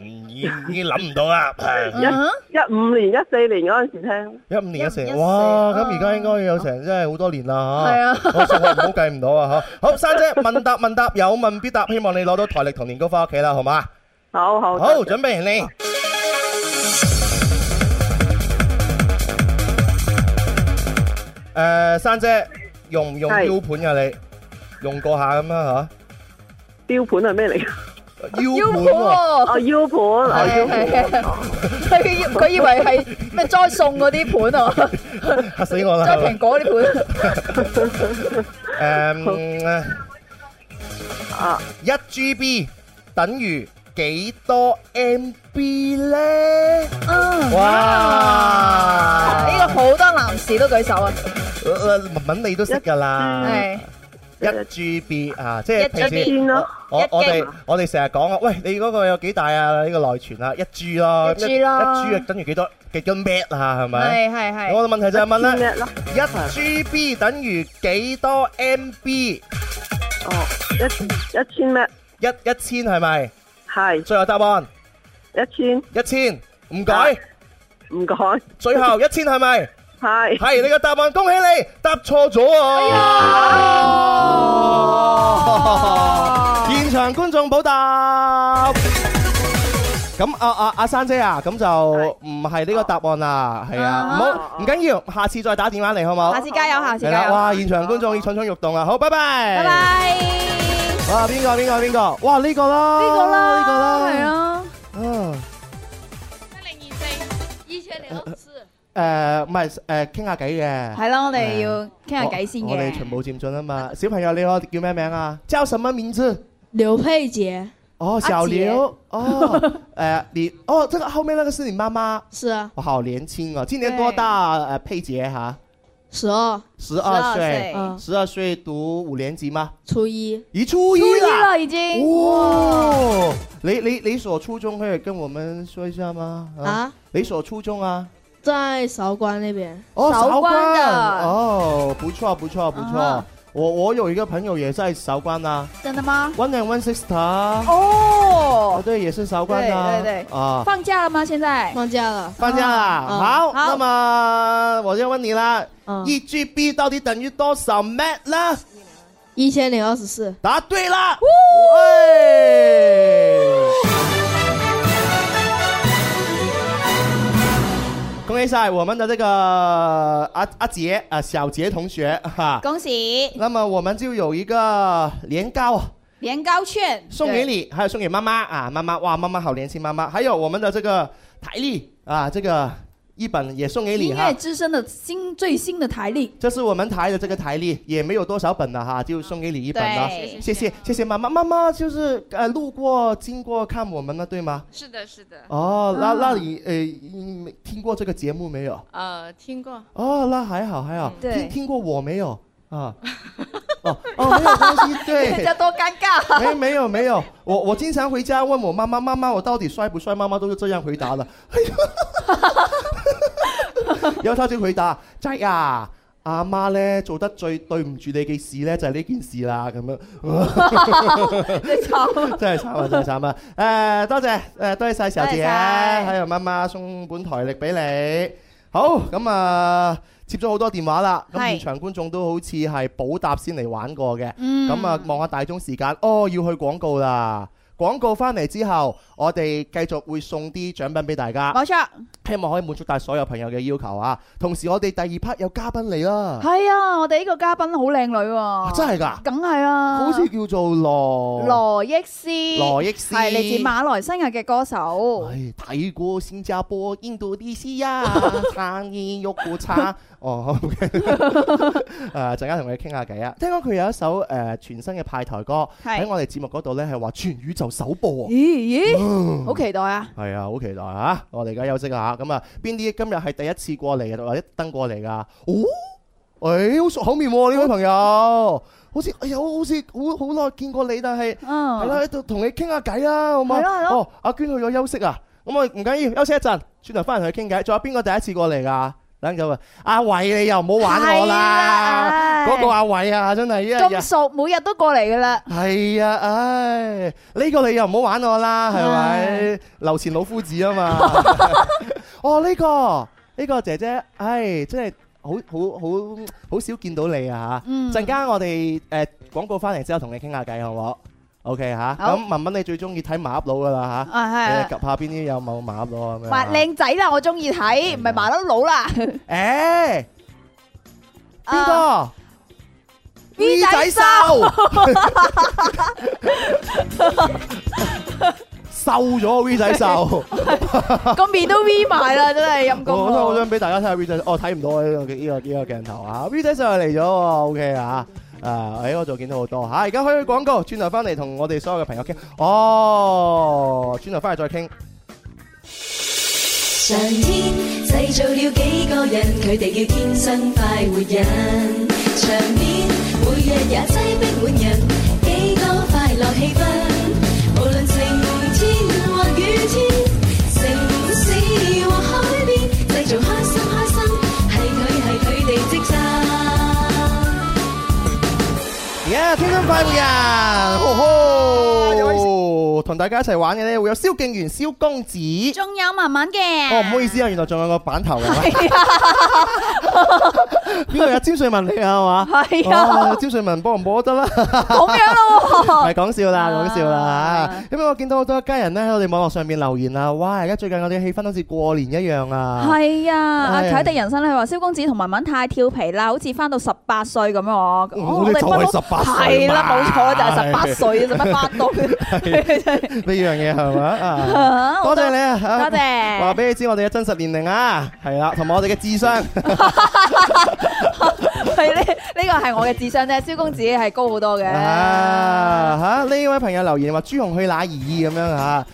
Speaker 3: 已已經諗唔到啦。
Speaker 4: 嗯
Speaker 8: 一五年、一四年嗰陣時聽，
Speaker 3: 一五年一四，
Speaker 4: 一
Speaker 3: 年，
Speaker 4: 四
Speaker 3: 哇！咁
Speaker 4: 啊
Speaker 3: 而家應該有成真係好多年啦
Speaker 4: 係
Speaker 3: 嚇
Speaker 4: 啊，
Speaker 3: 我數學唔好計唔到啊嚇。好，珊姐問答問答，有問必答，希望你攞到台歷同年糕翻屋企啦，好嘛？
Speaker 8: 好好
Speaker 3: 好，準備你。誒，珊姐用唔用
Speaker 8: 係
Speaker 3: U 盤㗎你？用過下咁啦
Speaker 8: 標盤係咩嚟？
Speaker 3: 嚇，U
Speaker 4: 腰
Speaker 3: 盤
Speaker 4: 盤
Speaker 3: 喎，
Speaker 4: 喎，
Speaker 8: 哦，U 盤，哦
Speaker 4: 係
Speaker 8: ，U 盤，
Speaker 4: 係係佢以佢以為係咩栽送嗰啲盤啊，
Speaker 3: 嚇死我啦！
Speaker 4: 栽蘋果啲盤，
Speaker 3: 誒，
Speaker 8: 啊，
Speaker 3: 一 GB 等於幾多 MB 咧？
Speaker 4: 啊，
Speaker 3: 哇！
Speaker 4: 呢個好多男士都舉手啊，
Speaker 3: 呃文文你都識㗎啦，
Speaker 4: 係
Speaker 3: 一 GB 啊，即係平時
Speaker 8: 先咯，
Speaker 3: 我
Speaker 4: 一 GB
Speaker 3: 我哋我哋成日講啊，喂，你嗰個有幾大啊？呢個內存啊，一 G 咯，
Speaker 4: 一 G 咯
Speaker 3: 一 G 啊等於幾多幾多 m b 啊？係咪？
Speaker 4: 係係係，
Speaker 3: 我嘅問題就係問啦，
Speaker 8: 咩咯？
Speaker 3: 一 GB 等於幾多 MB？一
Speaker 8: 哦，一一千咩？
Speaker 3: 一千係咪？
Speaker 8: 係
Speaker 3: 最後答案。
Speaker 8: 一千，
Speaker 3: 一千，唔改，
Speaker 8: 啊唔該，
Speaker 3: 最後一千係咪？
Speaker 8: 係。
Speaker 3: 係你嘅答案，恭喜你，答錯咗啊！現場觀眾補答。咁啊啊阿珊姐啊，咁就唔係呢個答案啦，係啊，唔好唔緊要，下次再打電話嚟好冇？
Speaker 4: 下次加油，下次
Speaker 3: 係
Speaker 4: 加
Speaker 3: 啦，
Speaker 4: 油，
Speaker 3: 哇！現場觀眾蠢蠢欲動啊，好，拜拜，
Speaker 4: 拜拜。
Speaker 3: 啊，邊個邊個邊個？哇，呢個啦，
Speaker 4: 呢個啦，
Speaker 3: 呢個啦，
Speaker 4: 係。啊，
Speaker 3: 啊，誒唔係誒傾下偈嘅。
Speaker 4: 係啦，我哋要傾下偈先
Speaker 3: 啊我我哋
Speaker 4: 嘅
Speaker 3: 循。步漸進啊嘛。小朋友你好，叫咩名啊？叫什麼名字？
Speaker 7: 刘佩杰
Speaker 3: 哦，小劉。哦， 誒你哦，這個後面那個是你媽媽。
Speaker 7: 是啊，
Speaker 3: 我好年輕哦，今年多大啊？呃，佩杰哈，
Speaker 7: 十二，
Speaker 3: 十二歲，
Speaker 7: 嗯，
Speaker 3: 十二歲讀五年級嗎？
Speaker 7: 初一，
Speaker 3: 已初一
Speaker 4: 初一
Speaker 3: 啦。
Speaker 4: 啦已經，
Speaker 3: 哇！你你你所初中可以跟我們說一下嗎？
Speaker 7: 啊，
Speaker 3: 你所初中啊？
Speaker 7: 在韶关那边，
Speaker 3: 哦，
Speaker 4: 韶
Speaker 3: 韶關
Speaker 4: 關的
Speaker 3: 哦，不錯不錯不錯
Speaker 4: 啊。
Speaker 3: 我我有一個朋友也在韶關啊
Speaker 4: 真的嗎？
Speaker 3: ，One and One Sister，哦
Speaker 4: 哦，
Speaker 3: 對，也是韶關啊，
Speaker 4: 對對對
Speaker 3: 啊。
Speaker 4: 放假了嗎？現在？
Speaker 7: 放假了，
Speaker 3: 放假啦，
Speaker 7: 嗯
Speaker 3: 好，那
Speaker 4: 好
Speaker 3: 麼我就問你啦，
Speaker 7: 嗯，
Speaker 3: 一 GB 到底等於多少 mat 啦？
Speaker 7: 一千零二十四，
Speaker 3: 答对啦！喂，恭喜晒我们的这个阿阿杰啊小杰同学哈。
Speaker 4: 恭喜
Speaker 3: 那么我们就有一个年糕啊
Speaker 4: 年糕券
Speaker 3: 送给你，还有送给妈妈啊，妈妈哇，妈妈好年轻，妈妈，还有我们的这个台历啊，这个一本也送给
Speaker 4: 对
Speaker 3: 你
Speaker 4: 音
Speaker 3: 哈
Speaker 4: 樂。之聲的新最新的台歷，
Speaker 3: 这是我们台的这个台历，也没有多少本了哈，就送给你一本了。
Speaker 4: 对
Speaker 3: 谢谢谢谢妈妈，妈妈就是呃路过经过看我们了，对吗？
Speaker 10: 是的，是的，
Speaker 3: 哦，那
Speaker 4: 啊
Speaker 3: 那你呃嗯听过这个节目没有？
Speaker 10: 呃，听过，
Speaker 3: 哦，那还好还好，
Speaker 4: 嗯
Speaker 3: 听
Speaker 4: 对
Speaker 3: 听过我没有啊？哦哦，没有关系，对，
Speaker 4: 多尷尬。
Speaker 3: 没没有没有，我我经常回家问我妈妈，妈妈我到底帅不帅？妈妈都是这样回答的。 然後她就回答：仔啊，阿媽咧做得最對唔住你嘅事咧就係呢件事啦，咁樣
Speaker 4: 你 慘 啊
Speaker 3: 真係慘啊，真係慘啊！誒、多謝誒、多謝晒小
Speaker 4: 多謝
Speaker 3: 姐，啊
Speaker 4: 晒
Speaker 3: 喺度媽媽送本台歷俾你。好咁啊，接咗好多電話啦，咁
Speaker 4: 係
Speaker 3: 現場觀眾都好似係補答先嚟玩過嘅。
Speaker 4: 嗯
Speaker 3: 咁啊，望下大鐘時間，哦，要去廣告啦。廣告翻嚟之後，我哋繼續會送啲獎品俾大家，
Speaker 4: 冇錯，
Speaker 3: 希望可以滿足大所有朋友嘅要求啊！同時，我哋第二 part 有嘉賓嚟啦，
Speaker 4: 係啊，我哋呢個嘉賓好靚女
Speaker 3: 啊
Speaker 4: 喎，
Speaker 3: 真係㗎，
Speaker 4: 梗係啊，
Speaker 3: 好似叫做羅
Speaker 4: 羅憶詩，
Speaker 3: 羅憶詩，
Speaker 4: 係嚟自馬來西亞嘅歌手，
Speaker 3: 唉，睇過哎新加坡、印度尼西亞、撐意玉古差，哦，好嘅，誒陣間同佢傾下偈啊！聽講佢有一首誒、呃全新嘅派台歌喺
Speaker 4: 係，
Speaker 3: 我哋節目嗰度咧，係話全宇宙首播喎。
Speaker 4: 咦咦，好期待啊！
Speaker 3: 係啊，好期待啊！我哋而家休息下，咁啊，邊啲今日係第一次過嚟嘅，或者特登過嚟㗎？哦，誒、好熟口面喎、呢位朋友，好似哎呀，好似好好耐見過你，但係。
Speaker 4: 嗯，
Speaker 3: 系啦，喺度同你傾下偈啦，好嘛？
Speaker 4: 係啊咯係咯
Speaker 3: 哦，阿娟去咗休息啊，咁我唔緊要，休息一陣，轉頭翻嚟同佢傾偈。仲有邊個第一次過嚟㗎？等緊啊！阿偉你又唔好玩我啦，
Speaker 4: 係啦唉
Speaker 3: 嗰個阿偉啊，真係一
Speaker 4: 咁
Speaker 3: 日
Speaker 4: 熟，每日都過嚟噶啦。
Speaker 3: 係啊，唉，呢個你又唔好玩我啦，係咪
Speaker 4: 唉？
Speaker 3: 樓前老夫子啊 嘛。哦，呢個呢個姐姐，唉，真係好好好好少見到你啊嚇。
Speaker 4: 嗯，
Speaker 3: 陣間我哋誒廣告翻嚟之後，同你傾下偈好唔好？OK 嚇，
Speaker 4: 好
Speaker 3: 咁文文你最中意睇麻甩佬噶啦
Speaker 4: 啊
Speaker 3: 嚇，你
Speaker 4: 係啊，
Speaker 3: 及下邊啲有冇麻甩佬咁樣啊？
Speaker 4: 麻靚仔啦，我中意睇，唔係麻甩佬 啦。
Speaker 3: 誒邊
Speaker 4: 啊
Speaker 3: 個
Speaker 4: V 仔
Speaker 3: 呃瘦，瘦咗啊 V 仔瘦，
Speaker 4: 個面都 V 埋啦，真係陰
Speaker 3: 我
Speaker 4: 公
Speaker 3: 真係好
Speaker 4: 喎。
Speaker 3: 想俾大家睇下 V 仔，哦睇唔到啊呢個呢個呢個鏡頭啊，V 仔瘦又嚟咗喎，OK 啊。啊！喺我度見到好多嚇，而家開去廣告，轉頭翻嚟同我哋所有嘅朋友傾。哦，轉頭翻嚟再傾。
Speaker 11: 上天製造了幾個人，佢哋叫天生快活人。場面每日也擠逼滿人，幾多快樂氣氛。無論晴天或雨天，城市或海邊，製造開心開心，係佢係佢哋職責。
Speaker 3: Dạ, 耶！天生快活人，
Speaker 4: 有位
Speaker 3: 吼吼！同大家一齊玩嘅呢，會有蕭敬元、蕭公子。
Speaker 4: 仲有文文嘅。
Speaker 3: 哦，唔好意思啊，原來仲有個板頭嘅。邊個有詹瑞文你啊？係嘛？
Speaker 4: 係啊
Speaker 3: 哦，詹瑞文播唔播都得啦？
Speaker 4: 咁樣
Speaker 3: 唔
Speaker 4: 咯喎。
Speaker 3: 係講笑啦，
Speaker 4: 啊
Speaker 3: 講笑啦嚇。咁我見到好多家人咧喺我哋網絡上面留言啊，哇！而家最近我哋氣氛好似過年一樣啊。
Speaker 4: 係啊，阿
Speaker 3: 係
Speaker 4: 啟迪人生咧，佢話蕭公子同文文太調皮啦，好似翻到十八歲咁樣喎。
Speaker 3: 嗯
Speaker 4: 哦
Speaker 3: 我哋就係
Speaker 4: 不
Speaker 3: 18
Speaker 4: 嬲
Speaker 3: 歲
Speaker 4: 係啦，
Speaker 3: 嘛
Speaker 4: 冇錯就係十八歲，就乜翻到。
Speaker 3: 呢樣嘢 係咪啊？
Speaker 4: 啊
Speaker 3: 多謝你，啊！
Speaker 4: 我都多
Speaker 3: 話
Speaker 4: 謝。
Speaker 3: 俾你知我哋嘅真實年齡啊，係啦，同埋我哋嘅智商。
Speaker 4: 係呢呢個係我嘅智商啫，蕭公子係高好多嘅。
Speaker 3: 啊嚇！呢位朋友留言話朱紅去哪兒咁樣嚇，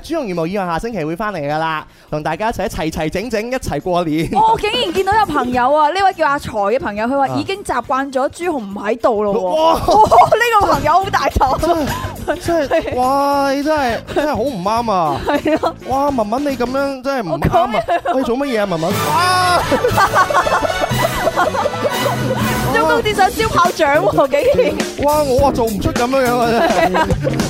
Speaker 3: 誒朱紅如無意外下星期會翻嚟㗎啦，同大家一齊齊齊整整一齊過 年。
Speaker 4: 我哦竟然見到有朋友啊，呢位叫阿財嘅朋友，佢話已經習慣咗朱紅唔喺度咯喎。
Speaker 3: 啊哇！
Speaker 4: 哦呢個朋友好大頭，
Speaker 3: 真係，哇！你真係真係好唔啱啊！
Speaker 4: 係咯，
Speaker 3: 哇！文文你咁樣真係唔啱啊！喂，做乜嘢啊，文文？啊！
Speaker 4: 蕭公子想燒炮仗喎，竟然。
Speaker 3: 哇！我啊做唔出咁樣樣啊！真 係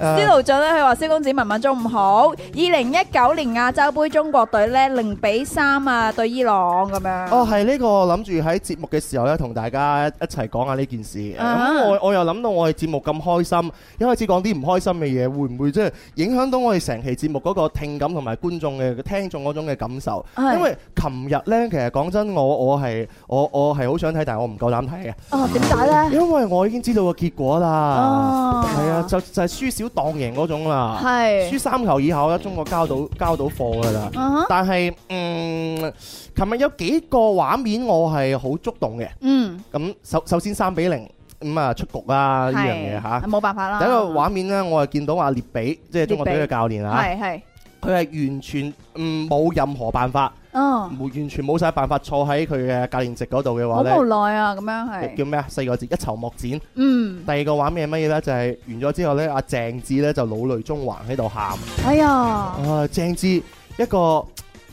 Speaker 3: 唉
Speaker 4: 司徒俊咧，佢話蕭公子文文中唔好。二零一九年亞洲杯中國隊咧零比三啊對伊朗咁樣。
Speaker 3: 哦，係呢個我諗住喺節目嘅時候咧，同大家一齊講下呢件事。咁、
Speaker 4: 啊哈
Speaker 3: 我我又諗到我哋節目咁開心，一開始講啲唔開心嘅嘢，會唔會即係 影響到我哋成期節目嗰個聽感同埋觀眾嘅聽眾嗰種嘅感受？
Speaker 4: 係
Speaker 3: 因為琴日呢，其實講真，我我係我我係好想睇，但係我唔夠膽睇嘅，
Speaker 4: 哦，點解咧？
Speaker 3: 因為我已經知道個結果啦。
Speaker 4: 哦
Speaker 3: 係啊，就就係輸少當贏嗰種啦。輸
Speaker 4: 係。
Speaker 3: 三球以後咧，中國交到交到貨㗎啦。
Speaker 4: 嗯哼
Speaker 3: 但係嗯，琴日有幾個畫面我係好觸動嘅。
Speaker 4: 嗯，
Speaker 3: 咁首首先三比零咁啊出局啦呢樣嘢嚇。
Speaker 4: 冇辦法啦。
Speaker 3: 第一個畫面呢，我係見到阿列比，即係中國隊嘅教練啊，
Speaker 4: 係係，
Speaker 3: 佢係完全嗯冇任何辦法，
Speaker 4: 哦，
Speaker 3: 冇完全冇晒辦法坐喺佢嘅教練席嗰度嘅
Speaker 4: 好
Speaker 3: 話
Speaker 4: 無
Speaker 3: 呢，
Speaker 4: 奈啊，咁樣係。
Speaker 3: 叫咩啊？四個字一籌莫展。
Speaker 4: 嗯，
Speaker 3: 第二個畫面係乜嘢呢？就係完咗之後呢，阿鄭智呢就老淚縱橫喺度喊。
Speaker 4: 哎呀，
Speaker 3: 啊，鄭智一個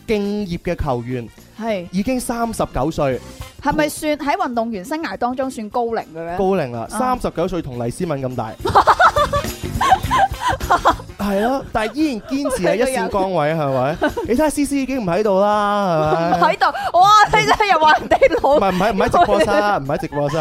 Speaker 3: 敬業嘅球員，
Speaker 4: 係
Speaker 3: 已經三十九歲，
Speaker 4: 係咪算喺運動員生涯當中算高齡嘅咧？
Speaker 3: 高齡啦，
Speaker 4: 啊
Speaker 3: 三十九歲同黎思敏咁大。 係啊，但係依然堅持喺一線崗位，係 咪？你睇下 C C 已經唔喺度啦，係咪
Speaker 4: 喺？度，哇！你真係又話人哋
Speaker 3: 唔
Speaker 4: 老
Speaker 3: 係唔係唔喺直播室，唔喺直播室，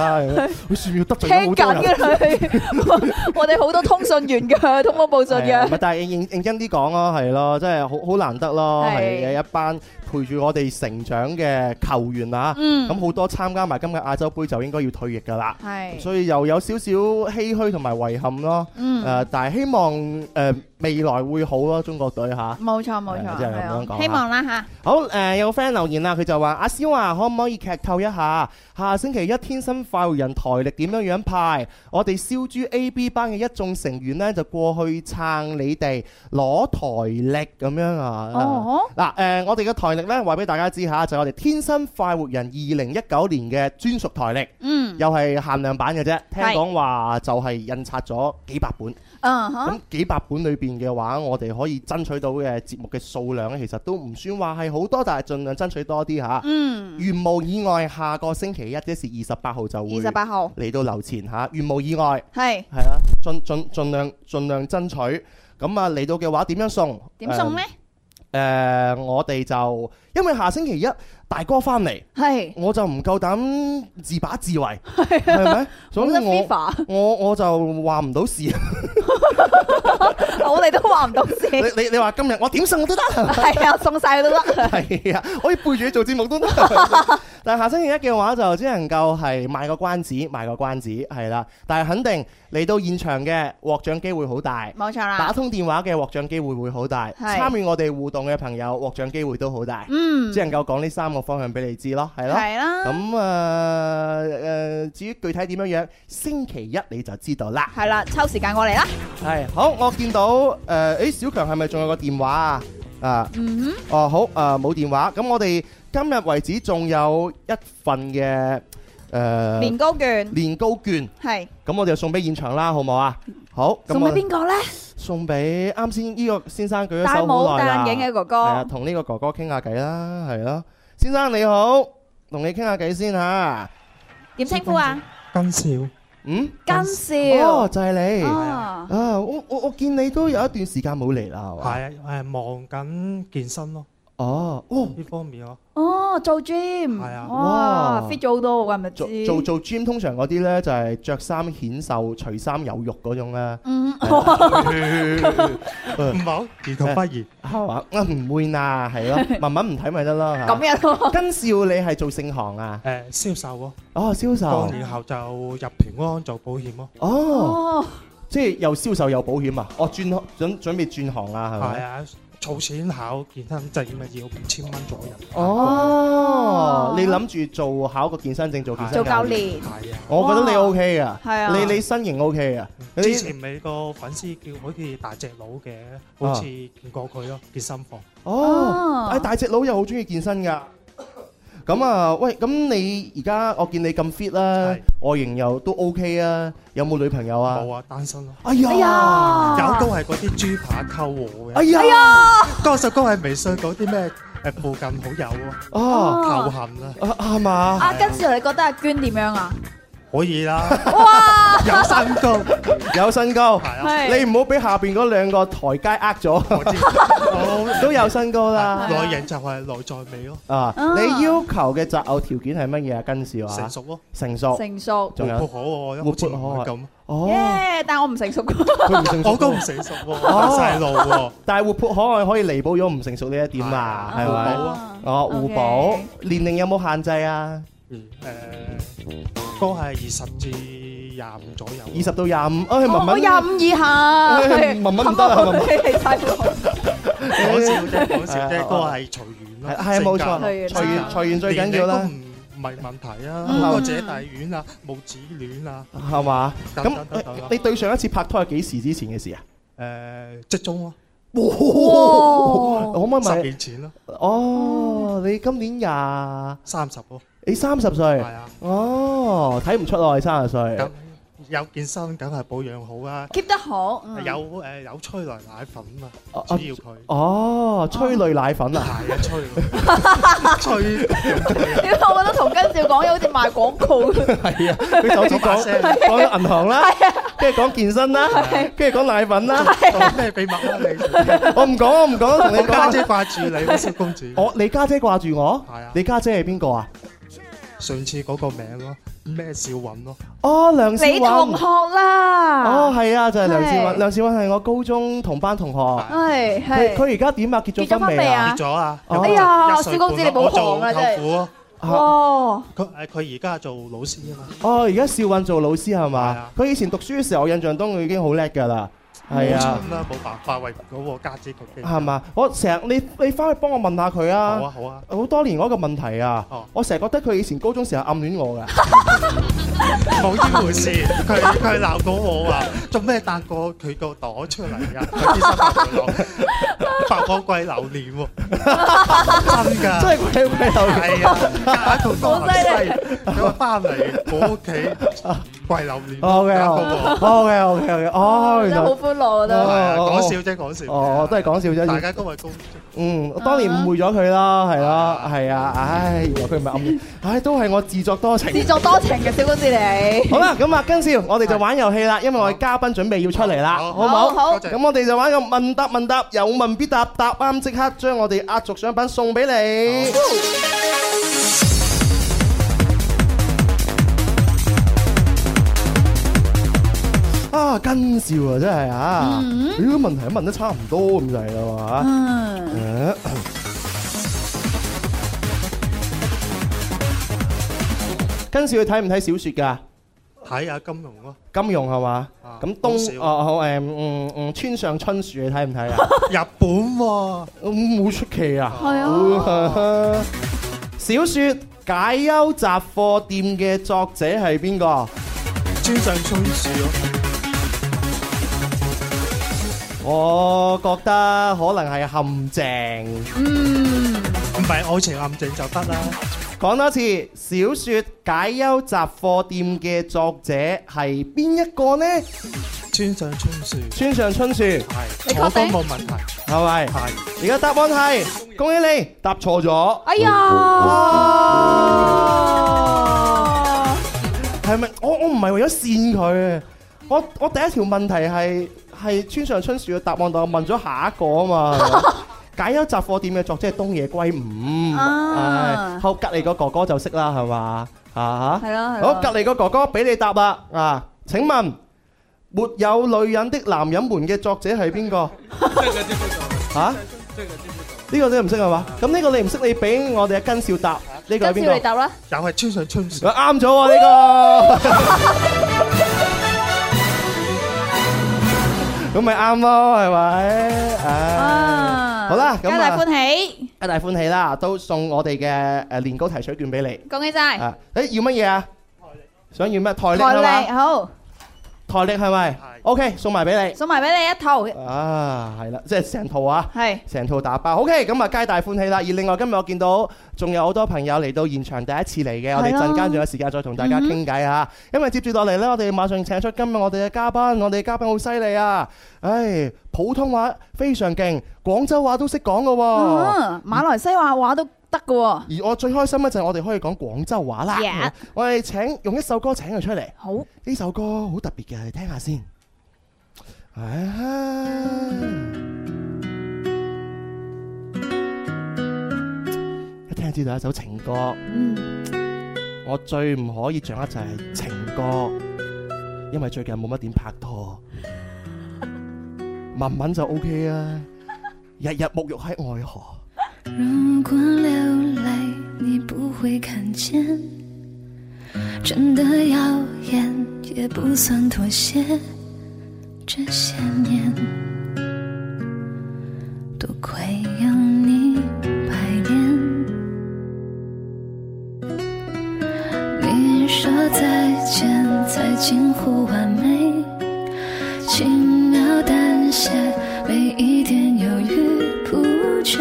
Speaker 3: 佢算唔要得罪咗
Speaker 4: 聽
Speaker 3: 好多
Speaker 4: 緊
Speaker 3: 人
Speaker 4: 嘅。佢， 我哋好多通訊員嘅，通風報信
Speaker 3: 係啊唔
Speaker 4: 嘅
Speaker 3: 係，。但係認認真啲講咯，係咯，真係好好難得咯，
Speaker 4: 係
Speaker 3: 係一班陪住我哋成長嘅球員啊，
Speaker 4: 嗯
Speaker 3: 咁好多參加埋今日亞洲杯就應該要退役㗎啦，
Speaker 4: 係
Speaker 3: 所以又有少少唏噓同埋遺憾咯。
Speaker 4: 嗯
Speaker 3: 誒，但係希望誒未來會好咯，中國隊嚇。
Speaker 4: 冇錯冇
Speaker 3: 係
Speaker 4: 錯，
Speaker 3: 即係咁
Speaker 4: 係
Speaker 3: 樣講
Speaker 4: 啊
Speaker 3: 啊
Speaker 4: 希望啦嚇。
Speaker 3: 好誒，有個 friend 留言啦，佢就話：阿蕭啊，可唔可以劇透一下下星期一《天生快活人》台歷點樣樣派？我哋燒豬 A B 班嘅一眾成員呢，就過去撐你哋攞台歷咁樣啊！
Speaker 4: 哦，
Speaker 3: 嗱誒，我哋嘅台歷呢，話俾大家知嚇，就係我哋《天生快活人》二零一九年嘅專屬台歷，
Speaker 4: 嗯，
Speaker 3: 又係限量版嘅啫。聽
Speaker 4: 係
Speaker 3: 講話就係印刷咗幾百本。
Speaker 4: 嗯哼
Speaker 3: 咁，幾百本裏邊嘅話，我哋可以爭取到嘅節目嘅數量咧，其實都唔算話係好多，但係盡量爭取多啲嚇。
Speaker 4: 嗯，
Speaker 3: 如無意外，下個星期一即是二十八號就會
Speaker 4: 二十八號
Speaker 3: 嚟到樓前嚇。如無意外，
Speaker 4: 係
Speaker 3: 係啦，盡盡盡量盡量爭取。咁啊嚟到嘅話點樣送？
Speaker 4: 點送呢？
Speaker 3: 誒、誒我哋就因為下星期一大哥翻嚟，
Speaker 4: 係
Speaker 3: 我就唔夠膽自把自為，係咪？所
Speaker 4: 好
Speaker 3: 以
Speaker 4: 啊得
Speaker 3: 我
Speaker 4: FIFA，
Speaker 3: 我我就話唔到事。
Speaker 4: 我哋都話唔到事，
Speaker 3: 你你你話今日我點送我都得。
Speaker 4: 係啊，送晒佢都得。
Speaker 3: 係啊，可以背住你做節目都 得。但係下星期一嘅話，就只能夠係賣個關子，賣個關子係啦。但係肯定嚟到現場嘅獲獎機會好大，
Speaker 4: 冇錯
Speaker 3: 打
Speaker 4: 啦，
Speaker 3: 通電話嘅獲獎機會會好大，
Speaker 4: 啊係
Speaker 3: 參與我哋互動嘅朋友獲獎機會都好大。
Speaker 4: 嗯，
Speaker 3: 只能夠講呢三個方向俾你知咯，係咯。
Speaker 4: 係啦，
Speaker 3: 咁啊誒，至於具體點樣樣，星期一你就知道啦。
Speaker 4: 係啦，抽時間過嚟啦。
Speaker 3: 係好，我見到誒，誒、小強係咪仲有個電話啊？啊，哦好，誒、冇電話，咁我哋今日為止仲有一份嘅誒、呃、
Speaker 4: 年糕券
Speaker 3: 年糕券，
Speaker 4: 係
Speaker 3: 咁我哋就送俾現場啦，好唔好啊？好，咁
Speaker 4: 送俾
Speaker 3: 我
Speaker 4: 邊個咧？
Speaker 3: 送俾啱先呢個先生舉咗
Speaker 4: 戴
Speaker 3: 手
Speaker 4: 帽
Speaker 3: 好耐
Speaker 4: 戴
Speaker 3: 啦，
Speaker 4: 眼鏡嘅哥
Speaker 3: 係啊，
Speaker 4: 哥，
Speaker 3: 同呢個哥哥傾下偈啦，係咯，先生你好，同你傾下偈先嚇。
Speaker 4: 點稱呼啊？
Speaker 10: 根少，
Speaker 3: 嗯，
Speaker 4: 跟
Speaker 3: 哦
Speaker 4: 笑
Speaker 3: 就係你
Speaker 12: Ờ.
Speaker 4: 啊，
Speaker 3: 啊！我我我見你都有一段時間冇嚟啦，係嘛？
Speaker 10: 係誒忙緊健身咯，
Speaker 3: 哦，哇！
Speaker 10: 呢方面咯，
Speaker 4: 哦做 gym，
Speaker 10: 係啊
Speaker 4: 哇
Speaker 3: 哇
Speaker 4: fit 咗好多喎，係咪
Speaker 3: 做
Speaker 4: 知？
Speaker 3: 做做 gym 通常嗰啲咧就係着衫顯瘦、除衫有肉嗰種咧，
Speaker 4: 嗯，
Speaker 10: 唔好兒童不宜，
Speaker 3: 係嘛？嗯啊唔會啦，係咯，慢慢唔睇咪得咯。嚇
Speaker 4: 咁樣咯，
Speaker 3: 跟少你係做盛行啊？
Speaker 10: 誒銷售咯，
Speaker 3: 哦，銷售
Speaker 10: 當。然後就入平安做保險咯，
Speaker 3: 哦，
Speaker 4: 哦，
Speaker 3: 即係又銷售又保險啊！哦，轉行準準備轉行啊，係
Speaker 10: 係
Speaker 3: 咪？
Speaker 10: 啊，儲錢考健身證咪要五千蚊左右，
Speaker 3: 哦，你諗住做考個健身證做健身
Speaker 4: 做教？練，
Speaker 10: 係啊，
Speaker 3: 我覺得你 OK 噶，
Speaker 4: 係啊
Speaker 3: 你你身形 OK 啊，你
Speaker 10: 之前咪個粉絲叫好似大隻佬嘅，好似見過佢咯，健身房
Speaker 3: 哦
Speaker 4: 哦，
Speaker 3: 誒大隻佬又好中意健身噶。咁啊，喂，咁你而家我見你咁 fit 啦
Speaker 10: 係，
Speaker 3: 外形又都 OK 啊，有冇女朋友啊？
Speaker 10: 冇啊，單身咯，
Speaker 3: 哎呀，
Speaker 4: 哎呀，
Speaker 10: 有都係嗰啲豬扒溝我
Speaker 3: 哎
Speaker 10: 嘅，
Speaker 3: 呀，
Speaker 10: 多數都係微信嗰啲咩誒附近好友啊，
Speaker 3: 哦，
Speaker 10: 頭痕啊，
Speaker 3: 啊啱嘛，
Speaker 4: 啊，跟住你覺得阿娟點樣啊？
Speaker 10: 可以啦，
Speaker 4: 哇，
Speaker 10: 有身高。
Speaker 3: 有身高，
Speaker 4: 係
Speaker 3: 你唔好俾下邊嗰兩個台階呃咗，
Speaker 10: 我知，我
Speaker 3: 都有身高啦。
Speaker 10: 內型就係內在美咯，
Speaker 3: 啊，你要求嘅擇偶條件係乜嘢啊？跟少啊，
Speaker 10: 成熟咯，
Speaker 3: 成熟，
Speaker 4: 成熟，
Speaker 3: 仲
Speaker 10: 活
Speaker 3: 有
Speaker 10: 潑可愛
Speaker 3: 活
Speaker 10: 咯，好似
Speaker 3: 潑可愛
Speaker 10: 唔係咁，
Speaker 3: 哦，
Speaker 4: 耶，但我唔成熟 過，
Speaker 3: 佢唔成熟，
Speaker 10: 我都唔成熟喎，細路喎，
Speaker 3: 但係活潑可愛可以彌補咗唔成熟呢一點啊，係
Speaker 10: 互
Speaker 3: 咪
Speaker 10: 補？
Speaker 4: 啊
Speaker 3: 哦，互補
Speaker 4: OK
Speaker 3: 年齡有冇限制啊？
Speaker 10: 嗯誒，都係二十至廿五左右，
Speaker 3: 二十到廿五，哎，
Speaker 4: 我
Speaker 3: 文
Speaker 4: 我
Speaker 3: 文，
Speaker 4: 廿五以下，
Speaker 3: 哎文文唔得啦文文
Speaker 4: 你嚟晒喎
Speaker 10: 講笑啫，講笑
Speaker 3: 係
Speaker 10: 啫，
Speaker 3: 啊
Speaker 10: 都係隨緣咯，
Speaker 3: 係係冇錯，
Speaker 4: 隨緣
Speaker 3: 隨緣
Speaker 4: 啦
Speaker 3: 隨緣最緊要
Speaker 10: 年
Speaker 3: 啦，
Speaker 10: 齡都唔唔係問題啊，
Speaker 3: 嗯
Speaker 10: 不過姐弟戀啊，母子戀啊，
Speaker 3: 係嘛？
Speaker 10: 等
Speaker 3: 咁
Speaker 10: 等等等啦
Speaker 3: 你對上一次拍拖係幾時之前嘅事啊？
Speaker 10: 誒職中咯，
Speaker 3: 可唔可以
Speaker 10: 十
Speaker 3: 問你？
Speaker 10: 年前咯，
Speaker 3: 哦，你今年廿
Speaker 10: 三十咯，
Speaker 3: 你三十歲
Speaker 10: 係，啊，
Speaker 3: 哦，睇唔出我係三十歲。
Speaker 10: 咁有健身梗係保養好啊。
Speaker 4: ，keep 得好，嗯
Speaker 10: 有誒有催淚奶粉啊，
Speaker 3: 哦
Speaker 10: 主要佢
Speaker 3: 哦，催淚奶粉啊！
Speaker 10: 係啊催催
Speaker 4: 點解 我覺得同跟少講嘢好 似賣廣告咁？
Speaker 3: 係啊，佢就好似
Speaker 10: 把
Speaker 3: 講
Speaker 10: 聲
Speaker 3: 講咗銀行啦，
Speaker 10: 啊
Speaker 3: 跟住講健身啦，跟住講奶粉啦。
Speaker 10: 講咩秘密啊你？
Speaker 3: 我唔講，我唔講，同你
Speaker 10: 我家姐
Speaker 3: 講。
Speaker 10: 掛住你喎，蕭公子。
Speaker 3: 我你家姐掛住我
Speaker 10: 係啊，
Speaker 3: 你家姐係邊個啊？
Speaker 10: 上次嗰個名咯，咩兆韻咯，
Speaker 3: 哦，梁少
Speaker 4: 你同
Speaker 3: 韻。
Speaker 4: 學啦，
Speaker 3: 哦，係啊，就係梁少韻。
Speaker 4: 係
Speaker 3: 梁少韻係我高中同班同學。
Speaker 4: 係
Speaker 3: 佢
Speaker 4: 係，
Speaker 3: 佢而家點啊？結
Speaker 4: 結咗
Speaker 3: 咗
Speaker 4: 婚
Speaker 3: 婚
Speaker 4: 未
Speaker 3: 未
Speaker 4: 啊
Speaker 3: 啊？
Speaker 10: 跌咗啊！
Speaker 3: 哦
Speaker 10: 一
Speaker 3: 哎
Speaker 5: à?
Speaker 4: 呀
Speaker 10: 一歲
Speaker 4: 蕭
Speaker 10: 半
Speaker 4: 公子你冇
Speaker 10: 咯
Speaker 4: 行啊
Speaker 10: 我做舅父咯
Speaker 3: 啊
Speaker 4: 哇，
Speaker 10: 佢誒佢而家做老師啊嘛，
Speaker 3: 哦，而家少韻做老師係
Speaker 10: 係
Speaker 3: 嘛
Speaker 10: 啊？
Speaker 3: 佢以前讀書嘅時候，我印象中佢已經好叻㗎啦。係啊。
Speaker 10: 咁啦冇辦法為嗰個家姐佢嘅
Speaker 3: 係嘛？我成日你你翻去幫我問下佢啊！
Speaker 10: 好啊好啊，
Speaker 3: 好多年嗰個問題啊！
Speaker 10: 哦
Speaker 3: 我成日覺得佢以前高中時候暗戀 我㗎，
Speaker 10: 冇呢回事，佢佢鬧到我話做咩搭過佢個袋出嚟啊？佢啲衫白佢攞白貨櫃榴蓮喎，真㗎。
Speaker 3: 真係鬼鬼頭
Speaker 10: 係啊， 打套多西，咁啊翻嚟我屋企跪榴 蓮。
Speaker 3: O K
Speaker 10: 打
Speaker 3: O
Speaker 10: 個鑊
Speaker 3: K O K O K 哦，
Speaker 4: 真
Speaker 3: 原
Speaker 4: 係
Speaker 3: 來
Speaker 4: 好歡樂我覺
Speaker 10: 係
Speaker 4: 得，
Speaker 10: 啊講笑啫，講笑。
Speaker 3: 哦，都係講笑
Speaker 10: 大
Speaker 3: 啫。
Speaker 10: 家都係高，
Speaker 3: 嗯，我當年誤會咗佢啦，係啦，係啊，唉，原來佢唔係暗戀，唉，都係我自作多
Speaker 4: 自
Speaker 3: 情。
Speaker 4: 作多情嘅小公子你，
Speaker 3: 好啦，咁啊，跟少，我哋就玩遊戲啦，因為我哋嘉賓準備要出嚟啦，好唔好？
Speaker 4: 好
Speaker 10: 多謝
Speaker 3: 咁我哋就玩個問答問答，有問必答，答啱即刻將我哋壓軸獎品送俾你。啊，跟笑啊，真係啊！呢個問題都問得差唔多咁滯啦嘛。
Speaker 4: 嗯，
Speaker 3: 誒跟住你睇唔睇小説㗎？
Speaker 10: 睇下金融咯，
Speaker 3: 金融係嘛？
Speaker 10: 啊
Speaker 3: 咁
Speaker 10: 好
Speaker 3: 東
Speaker 10: 少
Speaker 3: 哦好誒嗯嗯村上春樹你睇唔睇啊？
Speaker 10: 日本喎，
Speaker 3: 嗯冇出奇啊！
Speaker 4: 係啊，
Speaker 3: 小説《解憂雜貨店》嘅作者係邊個？
Speaker 10: 村上春樹咯，
Speaker 3: 我覺得可能係陷阱。
Speaker 4: 嗯，
Speaker 10: 唔係愛情陷阱就得啦。
Speaker 3: 講多次，小説《解憂雜貨店》嘅作者係邊一個呢？
Speaker 10: 村上春樹
Speaker 3: 村上春樹
Speaker 10: 係
Speaker 4: 你確
Speaker 10: 我都
Speaker 4: 定
Speaker 10: 冇問題，
Speaker 3: 係咪？
Speaker 10: 係
Speaker 3: 而家答案係，恭喜你答錯咗。
Speaker 4: 哎呀，
Speaker 3: 係咪？我我唔係為咗跣佢，我我第一條問題係係村上春樹嘅答案，但我問咗下一個啊 嘛。係咪解憂雜貨店嘅作者係東野圭吾，
Speaker 4: 啊
Speaker 3: 唉後隔離個哥哥就識啦，係嘛？啊，
Speaker 4: 係咯係咯
Speaker 3: 好，隔離個哥哥俾你答啦，啊，請問《沒有女人的男人們》嘅作者係邊個？嚇？呢個你唔識係嘛？咁呢個你唔識，你俾我哋嘅根少答，呢個係邊個？
Speaker 4: 啦。
Speaker 10: 又係村上春樹。
Speaker 3: 啱咗喎呢個，咁咪啱咯，係咪？
Speaker 4: Ờ.
Speaker 3: 唉，好啦，咁
Speaker 4: 皆大
Speaker 3: 啊，
Speaker 4: 歡喜，
Speaker 3: 皆大歡喜啦，都送我哋嘅誒年糕提取券俾你。
Speaker 4: 恭喜晒！
Speaker 3: 啊，誒要乜嘢啊？想要咩？台歷係
Speaker 4: 台歷
Speaker 3: 嘛？
Speaker 4: 好，
Speaker 3: 台歷係咪？OK，送埋俾
Speaker 4: 送埋俾你一套，
Speaker 3: 你。啊，係啦，即係成套啊。
Speaker 4: 係
Speaker 3: 成套打包，OK，咁啊皆大歡喜啦！而另外今日我見到仲有好多朋友嚟到現場第一次嚟嘅，我哋
Speaker 4: 係啊
Speaker 3: 陣間仲有時間再同大家傾偈嚇。因為接住落嚟呢，我哋馬上請出今日我哋嘅嘉賓，我哋嘅嘉賓好犀利啊！唉，普通話非常勁，廣州話都識講嘅喎。
Speaker 4: 嗯，馬來西亞話都得嘅喎。
Speaker 3: 而我最開心咧就係我哋可以講廣州話啦啊
Speaker 4: Yeah
Speaker 3: 我哋請用一首歌請佢出嚟。
Speaker 4: 好，
Speaker 3: 呢首歌好特別嘅，你聽下先。啊一聽知道一首情歌，
Speaker 4: 嗯
Speaker 3: 我最唔可以掌握就係情歌，因為最近冇乜點拍 拖。文文就 O K 啊，日日沐浴喺愛河。
Speaker 11: 如果流泪你不会看见，真的耀眼也不算妥协。这些年，多亏有你排练。你说再见才近乎完美，轻描淡写，没一点犹豫不决。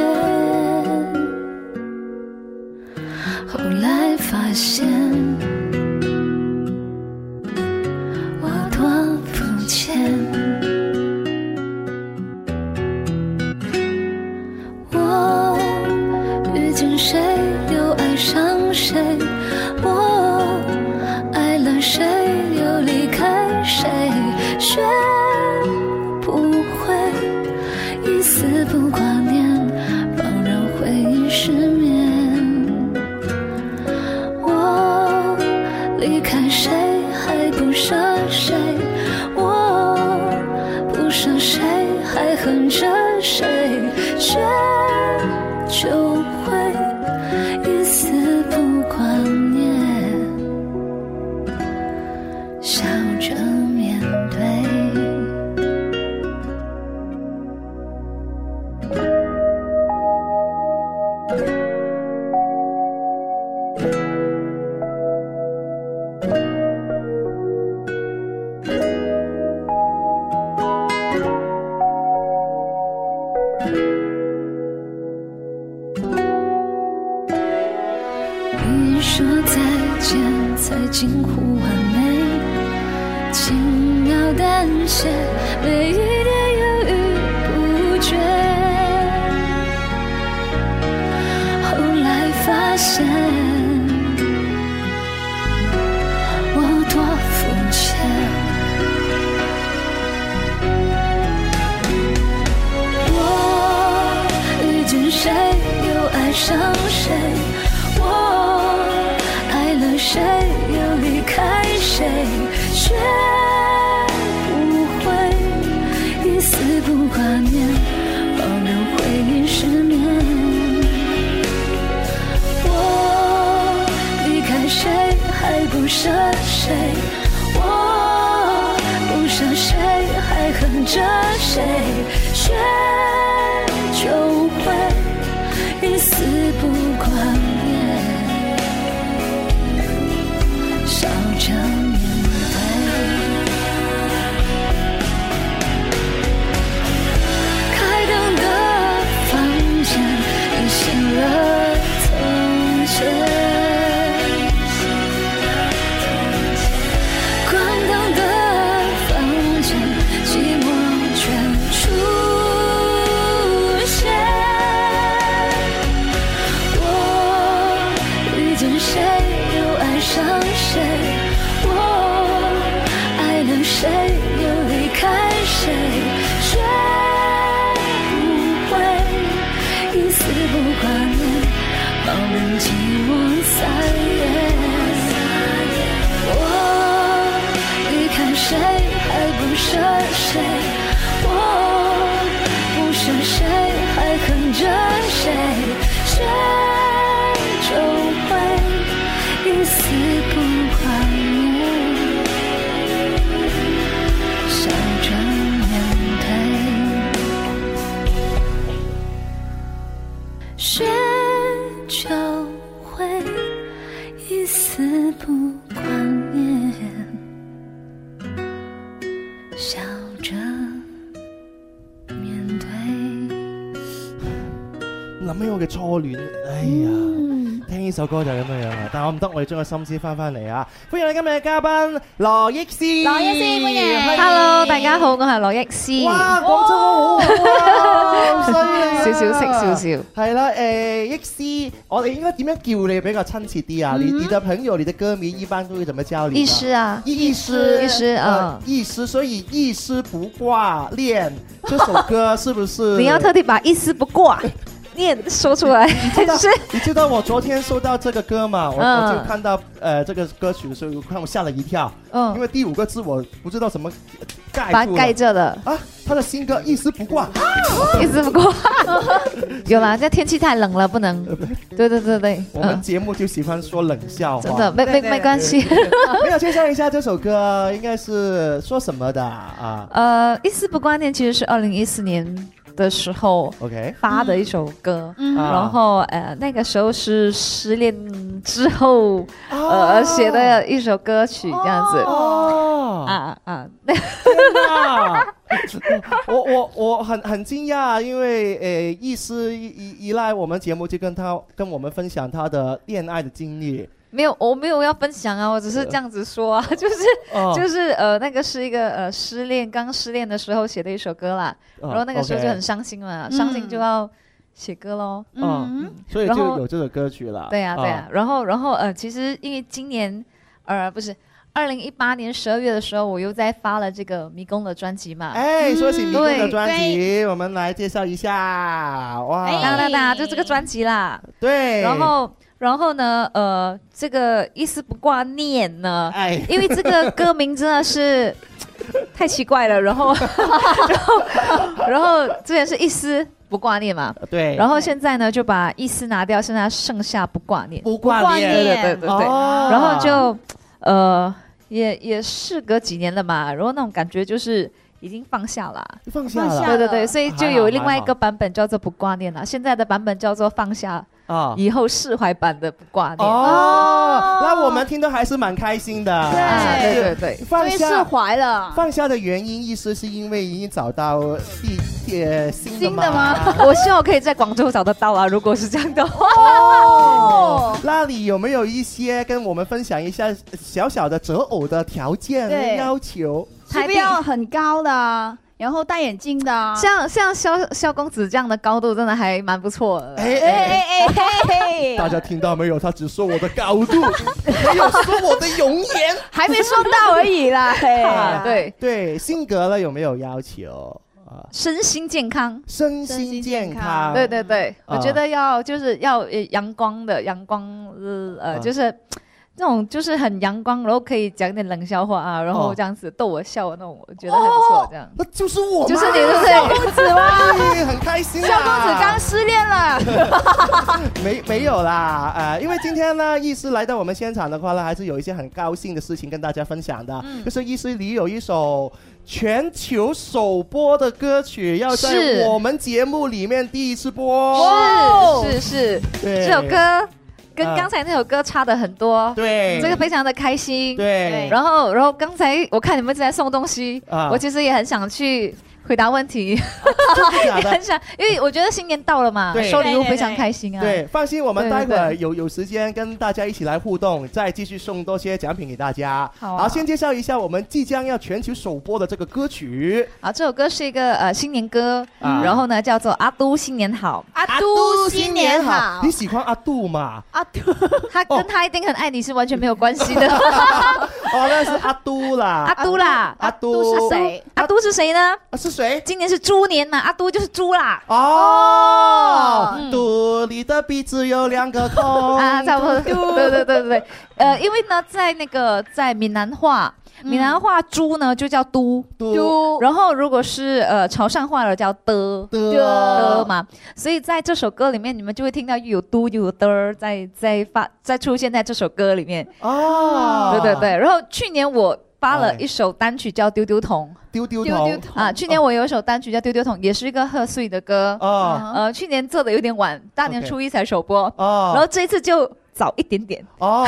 Speaker 11: 后来发现，我多肤浅，我遇见谁又爱上谁，我爱了谁又离开谁，学不会一丝不挂念，让人回忆失眠。我离开谁还不舍谁，我不舍谁还恨着谁，学就会一丝不挂念，笑着面对。你说再见才近乎完美，轻描淡写，没一点犹豫不决。后来发现，我多肤浅。我遇见谁又爱上谁，我爱了谁又离开谁，学不会一丝不挂念，让人回忆失眠。我离开谁还不舍谁，我不舍谁还恨着谁，学就会一丝不挂念，笑着面对。开灯的房间，映醒了从前。关灯的房间，寂寞全出
Speaker 9: 谁，我不想谁还恨着谁，谁就会一丝不挂念，笑着面对。谁就会一丝不挂念，笑着面对。
Speaker 3: 諗起我嘅初戀，哎呀，
Speaker 12: 嗯
Speaker 3: 聽呢首歌就係咁樣樣啦。但係我唔得，我要將個心思翻翻嚟啊！歡迎你今日嘅嘉賓羅憶詩，
Speaker 13: 羅憶詩歡迎
Speaker 12: Hello，大家好，我係羅憶詩。
Speaker 3: 哇，廣州好好啊，
Speaker 12: 少少識少少。
Speaker 3: 係啦，誒憶詩，我哋應該點樣叫你比較親切啲啊？你你的朋友、你的歌迷一般都會怎麼叫你？
Speaker 12: 嗯意思啊，
Speaker 3: 意思
Speaker 12: 意思啊，
Speaker 3: 呃意思，所以一絲不掛念這首歌是不是？
Speaker 12: 你要特地把意思不挂念说出来， 是
Speaker 3: 你知道我昨天收到这个歌嘛？我、我
Speaker 12: 嗯
Speaker 3: 就看到呃这个歌曲的时候，我看我吓了一跳，
Speaker 12: 嗯
Speaker 3: 因为第五个字我不知道怎么盖
Speaker 12: 把它
Speaker 3: 住
Speaker 12: 盖着了。
Speaker 3: 啊，他的新歌一丝不挂，
Speaker 12: 意思不挂。有啦，这天气太冷了，不能。对对对对，
Speaker 3: 我们节目就喜欢说冷笑
Speaker 12: 嗯
Speaker 3: 话，
Speaker 12: 真的没没没关系。
Speaker 3: 没有介绍一下这首歌应该是说什么的啊
Speaker 12: 呃，一丝不挂念其实是二零一四年的时候
Speaker 3: ？OK，
Speaker 12: 发的一首歌，
Speaker 3: 嗯啊
Speaker 12: 然后呃那个时候是失恋之后、
Speaker 3: 啊
Speaker 12: 呃写的一首歌曲这样子。
Speaker 3: 哦
Speaker 12: 啊啊，
Speaker 3: 我我我很很惊讶，因为呃，意思一一一来我们节目就跟他跟我们分享他的恋爱的经历。
Speaker 12: 没有，我没有要分享啊，我只是这样子说啊， 就是、
Speaker 3: 哦
Speaker 12: 就是呃，那个是一个呃失恋刚失恋的时候写的一首歌啦，
Speaker 3: 哦
Speaker 12: 然后那个时候
Speaker 3: OK
Speaker 12: 就很伤心嘛，
Speaker 3: 嗯
Speaker 12: 伤心就要写歌喽，
Speaker 3: 嗯，所以
Speaker 12: 然
Speaker 3: 就
Speaker 12: 后
Speaker 3: 有这首歌曲了。哦
Speaker 12: 对呀、对呀、哎然后然后呃，其实因为今年呃不是。二零一八年十二月的时候，我又在发了这个迷宫的专辑嘛。
Speaker 3: 哎，说起迷宫的
Speaker 12: 对
Speaker 3: 专辑，我们来介绍一下。
Speaker 12: 哎哒哒
Speaker 3: 哇，哦
Speaker 12: 哒，就这个专辑啦。
Speaker 3: 对
Speaker 12: 然后，然后呢，呃，这个一丝不挂念呢，
Speaker 3: 哎
Speaker 12: 因为这个歌名真的是太奇怪了。然后， 然后，然后之前是一丝不挂念嘛，
Speaker 3: 对
Speaker 12: 然后现在呢，就把一丝拿掉，剩下剩下不挂念。不
Speaker 3: 挂念
Speaker 12: 对对对对对。
Speaker 3: 哦
Speaker 12: 然后就，呃，也也事隔几年了嘛，然后那种感觉就是。已经放下了，呃
Speaker 3: 放下了
Speaker 12: 对对对，所以就有另外一
Speaker 3: 还好还
Speaker 12: 个
Speaker 3: 好
Speaker 12: 版本叫做不挂念了，现在的版本叫做放下
Speaker 3: 啊
Speaker 12: 以后释怀版的不挂念。
Speaker 3: 哦，那我们听的还是蛮开心的。啊
Speaker 12: 对
Speaker 3: 就
Speaker 12: 对对对
Speaker 3: 放
Speaker 12: 终于释
Speaker 3: 下
Speaker 4: 怀了。
Speaker 3: 放下的原因，意思是因为已经找到地铁新的嘛？
Speaker 12: 我希望我可以在广州找得到 啊！如果是这样的话，
Speaker 3: 哦，那你有没有一些跟我们分享一下小小的择偶的条件
Speaker 4: 对
Speaker 3: 要求？
Speaker 4: 是不是要很高的啊，然后戴眼镜的啊？
Speaker 12: 像像萧萧公子这样的高度，真的还蛮不错的。
Speaker 3: 哎哎哎！大家听到没有？他只说我的高度，没有说我的容 颜，
Speaker 4: 还没说到而已 啦嘿
Speaker 12: 啊对
Speaker 3: 对，性格呢有没有要求？啊，
Speaker 12: 身心健康，
Speaker 3: 身心健康
Speaker 12: 对对对，
Speaker 3: 啊
Speaker 12: 我觉得要就是要呃阳光的阳光，呃
Speaker 3: 啊
Speaker 12: 呃，就是那种就是很阳光，然后可以讲点冷笑话啊，然
Speaker 3: 哦
Speaker 12: 后这样子逗我笑的那种，我觉得很不
Speaker 4: 哦
Speaker 12: 错。这样，
Speaker 3: 那就是我嘛，
Speaker 12: 就是你对不对，
Speaker 3: 小公子嘛 很开心啊。
Speaker 12: 小公子刚失恋
Speaker 3: 了，没没有啦，呃，因为今天呢，医师来到我们现场的话呢，还是有一些很高兴的事情跟大家分享的，
Speaker 12: 嗯
Speaker 3: 就是医师你有一首。全球首播的歌曲要在
Speaker 12: 是
Speaker 3: 我们节目里面第一次播，
Speaker 12: 是是是，
Speaker 3: 对
Speaker 12: 这首歌跟
Speaker 3: 啊
Speaker 12: 刚才那首歌差的很多。
Speaker 3: 对
Speaker 12: 这个非常的开心。
Speaker 3: 对
Speaker 12: 然后然后刚才哎我看你们一直在送东西
Speaker 3: 啊，
Speaker 12: 我其实也很想去。回答问题，
Speaker 3: 真的假
Speaker 12: 也
Speaker 3: 的
Speaker 12: 很想，因为我觉得新年到了嘛，
Speaker 3: 对
Speaker 12: 收礼物非常开心啊。
Speaker 3: 对，放心，我们
Speaker 12: 对
Speaker 3: 待
Speaker 12: 对
Speaker 3: 会儿
Speaker 12: 对
Speaker 3: 有有时间跟大家一起来互动，再继续送多些奖品给大家。
Speaker 12: 好啊
Speaker 3: 先介绍一下我们即将要全球首播的这个歌曲。
Speaker 12: 啊，这首歌是一个呃新年歌，
Speaker 3: 啊
Speaker 12: 然后呢叫做《阿都新年好》。
Speaker 4: 阿都新年好
Speaker 3: 啊你喜欢阿杜吗？
Speaker 12: 阿都，他跟他一定很爱你是完全没有关 系的。
Speaker 3: 哦，那是阿都啦，
Speaker 12: 阿都啦，
Speaker 3: 阿都
Speaker 12: 阿都是谁呢？
Speaker 3: 是谁？
Speaker 12: 今年是猪年呐，阿都就是猪啦。
Speaker 3: 哦，
Speaker 12: 嗯
Speaker 3: 肚里的鼻子有两个孔。
Speaker 12: 啊，差不多，对对对对对。呃，因为呢，在那个在闽南话，
Speaker 4: 嗯
Speaker 12: 闽南话猪呢就叫都
Speaker 3: 都，
Speaker 12: 然后如果是呃潮汕话的叫的
Speaker 3: 的
Speaker 12: 的嘛，所以在这首歌里面，你们就会听到又有都又有的在在发在出现在这首歌里面。
Speaker 3: 哦
Speaker 12: 对对对。然后去年我发了一首单曲叫《丢丢桶》。
Speaker 3: 丢丢
Speaker 12: 丢
Speaker 3: 头
Speaker 12: 丢。桶啊！去年我有一首单曲叫《丢丢桶》，也是一个贺岁的歌。
Speaker 3: 哦
Speaker 12: 呃，去年做的有点晚，大年
Speaker 3: OK
Speaker 12: 初一才首播。
Speaker 3: 哦
Speaker 12: 然后这一次就早一点点。
Speaker 3: 哦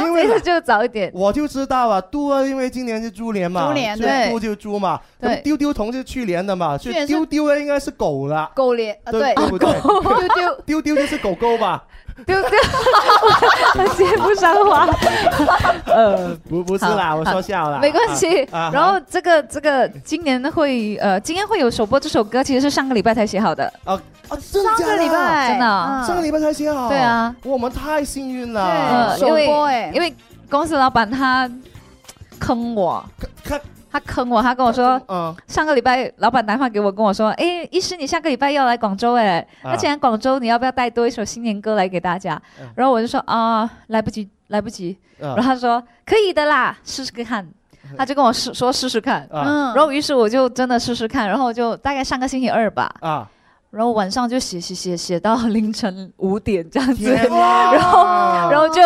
Speaker 3: 因 为
Speaker 12: 这次就早一 点。
Speaker 3: 我就知道啊，都啊因为今年是猪年嘛，
Speaker 12: 猪年
Speaker 3: 所以
Speaker 12: 对
Speaker 3: 都就猪嘛，
Speaker 12: 对
Speaker 3: 那丢丢同是去年的嘛，
Speaker 12: 去
Speaker 3: 所以
Speaker 12: 年是啊
Speaker 3: 丢丢应该是狗了，
Speaker 4: 狗脸，呃
Speaker 3: 对
Speaker 4: 对，
Speaker 3: 对不 对？
Speaker 4: 丢丢
Speaker 3: 丢丢就是狗狗吧？
Speaker 12: 丢 丢，接不上话。呃，
Speaker 3: 不不是啦，
Speaker 12: 好
Speaker 3: 我说笑了，
Speaker 12: 没关系。
Speaker 3: 啊啊
Speaker 12: 然后这个这个今年会呃，今天会有首播这首歌，其实是上个礼拜才写好的。
Speaker 3: 哦哦，真的假
Speaker 12: 上个
Speaker 3: 的
Speaker 12: 礼拜真的啊
Speaker 3: 上个礼拜才写好，
Speaker 12: 对啊，
Speaker 3: 我们太幸运了
Speaker 12: 呃，，因为因为公司老板他坑我，他坑我，他跟我 说，
Speaker 3: 嗯
Speaker 12: 上个礼拜老板打电话给我，跟我说，哎，医师你下个礼拜要来广州哎，
Speaker 9: 啊
Speaker 12: 那既然广州你要不要带多一首新年歌来给大家
Speaker 9: 嗯？
Speaker 12: 然后我就说啊，来不及，来不及。
Speaker 9: 嗯
Speaker 3: 啊
Speaker 12: 然后他说可以的啦，试试看。他就跟我试说试试看，
Speaker 9: 啊
Speaker 12: 嗯，然后于是我就真的试试看，然后就大概上个星期二吧，
Speaker 3: 啊，
Speaker 12: 然后晚上就写写写写到 凌晨五点这样子，
Speaker 9: 天哪
Speaker 12: 然后然后就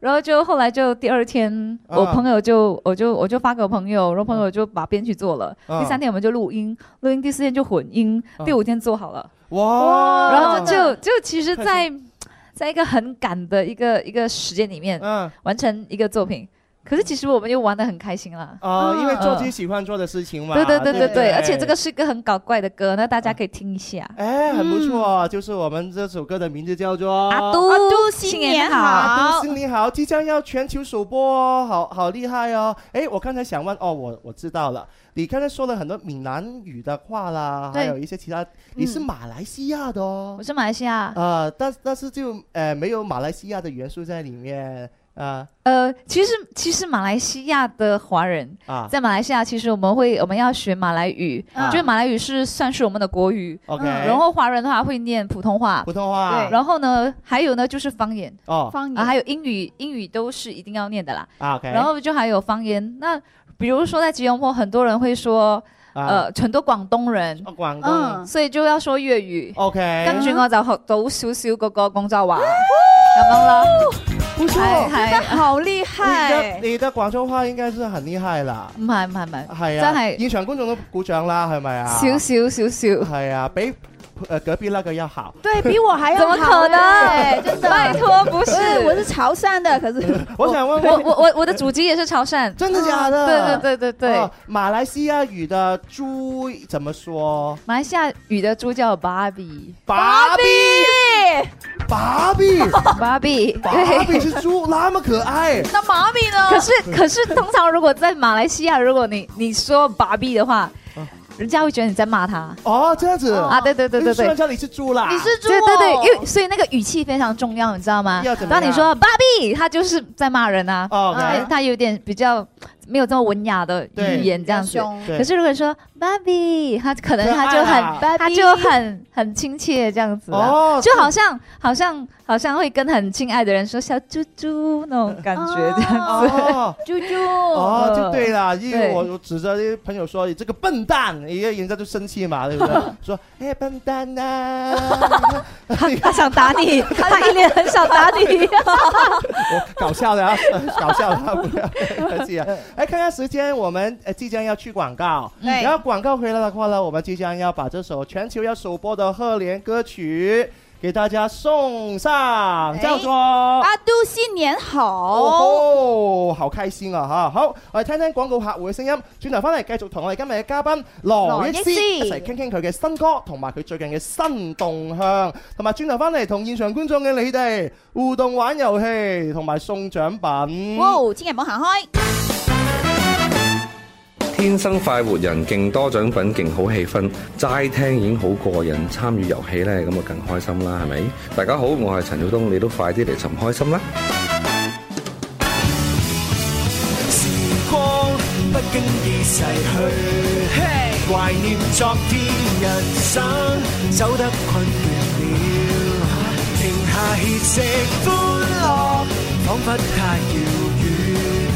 Speaker 12: 然后就后来就第二天，
Speaker 9: 啊
Speaker 12: 我朋友就我就我就发给我朋友，然后朋
Speaker 9: 嗯
Speaker 12: 友就把编曲做了，
Speaker 9: 啊
Speaker 3: 嗯
Speaker 12: 第三天我们就录音，录音第四天就混音，第五天做好了，
Speaker 3: 哇
Speaker 12: 然后就
Speaker 9: 嗯真的
Speaker 12: 就其实在，在一个很赶的一个一个时间里面，
Speaker 9: 嗯
Speaker 3: 嗯
Speaker 12: 完成一个作品，可是其实我们又玩的很开心啦，
Speaker 3: 哦，因为做
Speaker 12: 嗯
Speaker 3: 自己喜欢做的事情嘛，
Speaker 12: 对对
Speaker 3: 对
Speaker 12: 对对
Speaker 3: 不
Speaker 12: 对，而且这个是一个很搞怪的歌，那大家可以听一下。
Speaker 3: 哎，很不错，就是我们这首歌的名字叫
Speaker 9: 啊
Speaker 3: 做《
Speaker 12: 嗯阿都阿都新年好
Speaker 3: 阿都新年好，即将要全球首播哦，好好厉害哦！哎，我刚才想问哦，我我知道了，你刚才说了很多闽南语的话啦，
Speaker 12: 对嗯
Speaker 3: 还有一些其他，你是马来西亚的哦
Speaker 12: 我，是马来西亚，
Speaker 3: 啊，但但是就呃没有马来西亚的元素在里面啊
Speaker 12: 呃，其实其实马来西亚的华人
Speaker 3: 啊
Speaker 12: 在马来西亚，其实我们会我们要学马来语，
Speaker 3: 啊
Speaker 12: 就是马来语是算是我们的国语。
Speaker 3: OK
Speaker 12: 嗯然后华人的话会念普通话，
Speaker 3: 普通话对
Speaker 12: 然后呢，还有呢就是方言，
Speaker 3: 哦
Speaker 12: 嗯方言、啊，还有英语，英语都是一定要念的啦。
Speaker 3: 啊，OK，
Speaker 12: 然后就还有方言，那比如说在吉隆坡，很多人会说。
Speaker 3: 啊
Speaker 12: 呃，很多廣東人，
Speaker 3: 廣東嗯
Speaker 12: 所以就要說粵語。
Speaker 3: OK
Speaker 4: 哎
Speaker 12: 跟住我就學到少少嗰 個廣州話，咁樣啦。
Speaker 4: 不
Speaker 12: 錯係
Speaker 4: 真係好厲害
Speaker 3: 你的你的廣州話應該是很厲害啦。
Speaker 12: 唔係唔係唔係，
Speaker 3: 係啊，
Speaker 12: 真係
Speaker 3: 現場觀眾都鼓掌啦，係咪啊？
Speaker 12: 少少少少。
Speaker 3: 係啊，比誒隔壁那個要 好。
Speaker 4: 对比我还要
Speaker 12: 怎么可能
Speaker 4: 哎真的，
Speaker 12: 拜托不是
Speaker 4: 对我是潮汕的，可是
Speaker 3: 我想問
Speaker 12: 我我我我的祖籍也是潮汕，
Speaker 3: 真的假的？
Speaker 12: 對對對對對，
Speaker 3: 哦馬來西亞語的豬怎麼說？
Speaker 12: 馬來西亞語的豬叫芭比，
Speaker 3: 芭比芭比，
Speaker 12: 芭比，
Speaker 3: 芭比是豬，那么可愛。
Speaker 4: 那麻痹呢？
Speaker 12: 可是可是，通常如果在马来西亚，如果你你说芭比的话，人家会觉得你在骂他。
Speaker 3: 哦，这样子
Speaker 12: 啊，对对对对
Speaker 3: 你说人家
Speaker 12: 对。
Speaker 3: 你是豬啦，
Speaker 4: 哦
Speaker 12: 对对对，因为所以那个语气非常重要，你知道吗
Speaker 3: 要怎？么
Speaker 12: 当
Speaker 3: 样
Speaker 12: 你说芭比，他就是在骂人啊，
Speaker 3: 哦
Speaker 12: 他
Speaker 3: OK
Speaker 12: 他有点比较没有这么文雅的
Speaker 3: 对
Speaker 12: 语言这样
Speaker 3: 比
Speaker 12: 子
Speaker 3: 较凶。对
Speaker 12: 可是如果说芭比，他可能
Speaker 9: 可爱
Speaker 12: 他就
Speaker 9: 啦
Speaker 12: 很
Speaker 9: 芭比
Speaker 12: 他就很很亲切这样子啊
Speaker 9: 哦，
Speaker 12: 就好像好像好像会跟很亲爱的人说小猪猪那种感觉这样子。
Speaker 3: 哦，
Speaker 4: 猪猪
Speaker 3: 哦，就对啦，因
Speaker 12: 嗯
Speaker 3: 为
Speaker 12: 对
Speaker 3: 我我指着那些朋友说你哎这个笨蛋，人家人家就生气 嘛，对不对？说哎笨蛋啊呐、
Speaker 12: 他 他想打你，他一脸很想打你。
Speaker 3: 我搞笑的啊， 搞笑的、啊，不要客 气啊。哎，看看时间，我们呃即将要去广告，
Speaker 12: 对
Speaker 3: 然后广告回来的话呢，我们即将要把这首全球要首播的贺年歌曲给大家送
Speaker 12: 哎
Speaker 3: 上，叫做。
Speaker 4: 阿都新年好。
Speaker 3: 哦，好開心啊吓！好，我哋聽聽廣告客户嘅聲音，轉頭翻嚟繼續同我哋今日嘅嘉賓羅益
Speaker 4: 羅益
Speaker 3: 詩
Speaker 4: 詩
Speaker 3: 一齊傾傾佢嘅新歌，同埋佢最近嘅新動向，同埋轉頭翻嚟同現場觀眾嘅你哋互動玩遊戲，同埋送獎品。
Speaker 4: 哇，千祈唔好行開。
Speaker 13: 天生快活人，勁多獎品，勁好氣氛，齋聽已經好過癮，參與遊戲呢，咁啊更開心啦，係咪？大家好，我係陳曉東，你都快啲嚟尋開心啦！
Speaker 2: 時光不經意逝去，
Speaker 14: 懷念昨天，人生走得困倦了，停下歇息，歡樂彷彿太遙遠，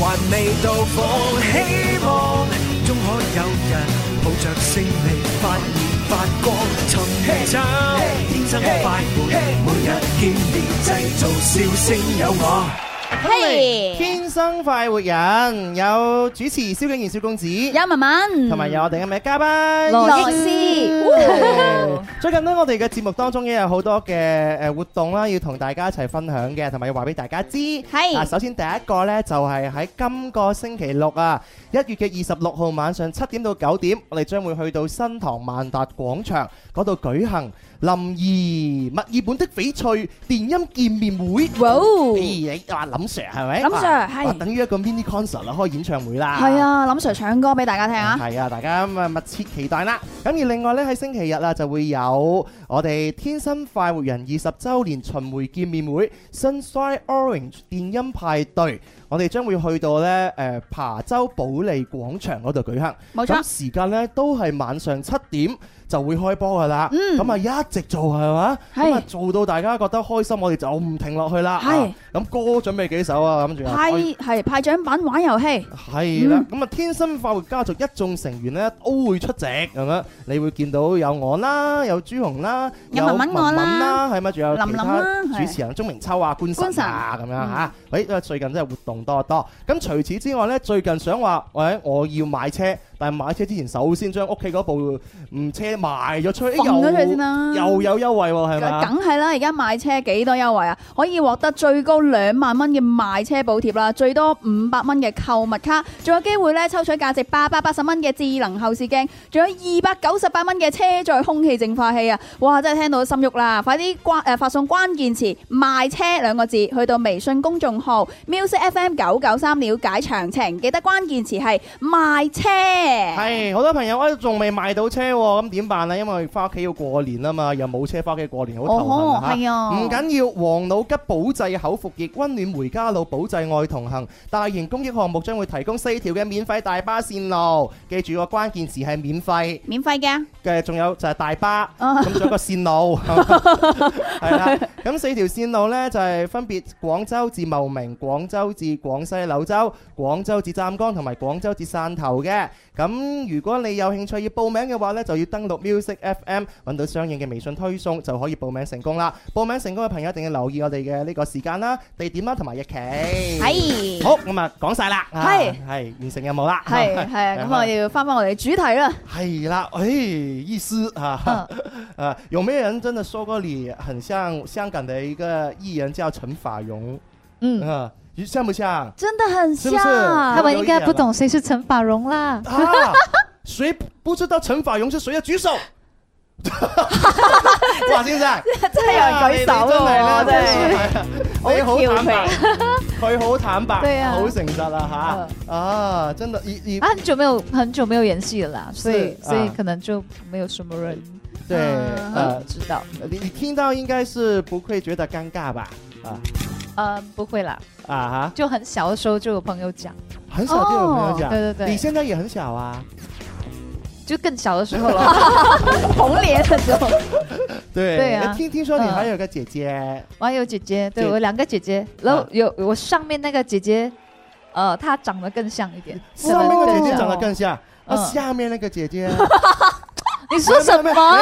Speaker 14: 還未到訪，希望終可有日抱着勝利發現發光，尋找天生快活，每日見面製造笑聲有我。
Speaker 3: 嘿，天生快活人有主持蕭敬元、小公子，有
Speaker 4: 文文，
Speaker 3: 同埋有我哋嘅名嘉賓
Speaker 4: 羅憶詩
Speaker 3: 哦最近呢，我哋嘅節目當中咧有好多嘅誒活動啦，要同大家一齊分享嘅，同埋要話俾大家知。係嗱，首先第一個呢，就係喺今個星期六啊，一月嘅二十六號晚上七點到九點，我哋將會去到新塘萬達廣場嗰度舉行林怡墨爾本的翡翠電音見面會。
Speaker 4: 哇！哦
Speaker 3: 咦，你話林 Sir 係咪？
Speaker 4: 林 Sir，
Speaker 3: 啊
Speaker 4: 係
Speaker 3: 啊等於一個 mini concert 啦，開演唱會啦。
Speaker 4: 係啊，林 Sir 唱歌俾大家聽啊！
Speaker 3: 係啊，大家咁啊密切期待啦。咁而另外呢，喺星期日啊，就會有我哋天生快活人二十週年巡迴見面會 Sunshine Orange 電音派對。我哋將會去到呢誒、呃琶洲保利廣場嗰度舉行，
Speaker 4: 冇錯
Speaker 3: 咁時間呢都係晚上七點就會開波噶啦。咁啊、一直做係嘛？
Speaker 4: 嗯係
Speaker 3: 咁啊做到大家覺得開心，我哋就唔停落去啦。
Speaker 4: 係
Speaker 3: 啊咁、歌準備幾首啊？諗住啊
Speaker 4: 派
Speaker 3: 可以
Speaker 4: 係派獎品玩遊戲，
Speaker 3: 係
Speaker 4: 嗯
Speaker 3: 啦，咁啊天生快活家族一眾成員咧都會出席咁樣，你會見到有我啦，有朱紅啦，
Speaker 4: 有文文我啦
Speaker 3: 文啦，係咪？仲有
Speaker 4: 林
Speaker 3: 其
Speaker 4: 林
Speaker 3: 他
Speaker 4: 啦
Speaker 3: 主持人鍾明秋啊、官神啊咁樣嚇。
Speaker 4: 嗯
Speaker 3: 喂，最近真係活動多多。咁除此之外咧，最近想話，喂，我要買車，但係買車之前首先將屋企嗰部唔車賣咗出去，
Speaker 4: 放咗出去先啦
Speaker 3: 又有優惠喎，係咪啊？
Speaker 4: 梗係啦！而家買車幾多優惠啊？可以獲得最高兩萬蚊嘅買車補貼啦，最多五百蚊嘅購物卡，仲有機會咧抽取價值八百八十蚊嘅智能後視鏡，仲有二百九十八蚊嘅車載空氣淨化器啊！哇，真係聽到心喐啦！快啲關呃誒發送關鍵詞賣車兩個字去到微信公眾號 music FM 九九三了解詳情，記得關鍵詞係賣車。
Speaker 3: 係好多朋友啊，仲未買到車喎，咁點辦啊？因為翻屋企要過年啊嘛，又冇車翻屋企過年，好頭
Speaker 4: 哦
Speaker 3: 痕
Speaker 4: 係啊
Speaker 3: 唔緊要，黃老吉保濟口服液温暖回家路，保濟愛同行大型公益項目將會提供四條嘅免費大巴線路，記住個關鍵詞係免費。
Speaker 4: 免費嘅。哦
Speaker 3: 嘅仲有就係大巴，咁仲有個線 路，係啦。咁四條線路呢，就係分別廣州至茂名、廣州至廣西柳州、廣州至湛江同埋廣州至汕頭嘅。咁如果你有興趣要報名嘅話呢，就要登錄 music FM 揾到相應嘅微信推送就可以報名成功啦。報名成功嘅朋友一定要留意我哋嘅呢個時間啦、地點啦同埋日期。
Speaker 4: 係
Speaker 3: 好，咁啊講晒啦，啊
Speaker 4: 係
Speaker 3: 係完成任務啦。
Speaker 4: 係係 啊，咁我要翻翻我哋主題啦。
Speaker 3: 系啦，哎，意思 啊，呃，有没有人真的说过你很像香港的一个艺人叫陈法蓉？
Speaker 12: 嗯
Speaker 3: 啊，你像不像？
Speaker 4: 真的很
Speaker 3: 是不是
Speaker 12: 他们应该不
Speaker 3: 有一点
Speaker 12: 懂谁是陈法蓉啦。
Speaker 3: 啊，谁不知道陈法蓉是谁的举手？哇，先生，
Speaker 4: 真係有人舉手
Speaker 3: 啊
Speaker 4: 喎
Speaker 3: 你你真係咧
Speaker 4: 真係
Speaker 3: 你好坦白，佢好坦
Speaker 12: 對
Speaker 3: 白，
Speaker 12: 啊
Speaker 3: 好誠實啊吓，啊，真的，你你
Speaker 12: 啊，很久没有很久没有演戏了啦，所以
Speaker 3: 是
Speaker 12: 所以
Speaker 3: 啊
Speaker 12: 可能就没有什么人
Speaker 3: 对，
Speaker 12: 嗯
Speaker 3: 呃，
Speaker 12: 知道，
Speaker 3: 你你听到应该是不会觉得尴尬吧？啊
Speaker 12: 呃不会啦，
Speaker 3: 啊哈，
Speaker 12: 就很小的时候就有朋友讲，
Speaker 3: 很少就有朋友讲，
Speaker 12: 哦对对对，
Speaker 3: 你现在也很小啊，
Speaker 12: 就更小的时候了，
Speaker 4: 童年的时候，
Speaker 3: 对
Speaker 12: 对啊嗯
Speaker 3: 那哎听听说你还有个姐姐，
Speaker 12: 我还有姐姐，对
Speaker 3: 姐
Speaker 12: 我两个姐姐，然后有我上面那个姐姐，呃，她长得更像一点，
Speaker 3: 上面的姐姐长得更像，那
Speaker 12: 嗯
Speaker 3: 下面那个 姐姐，
Speaker 12: 你说什么啊？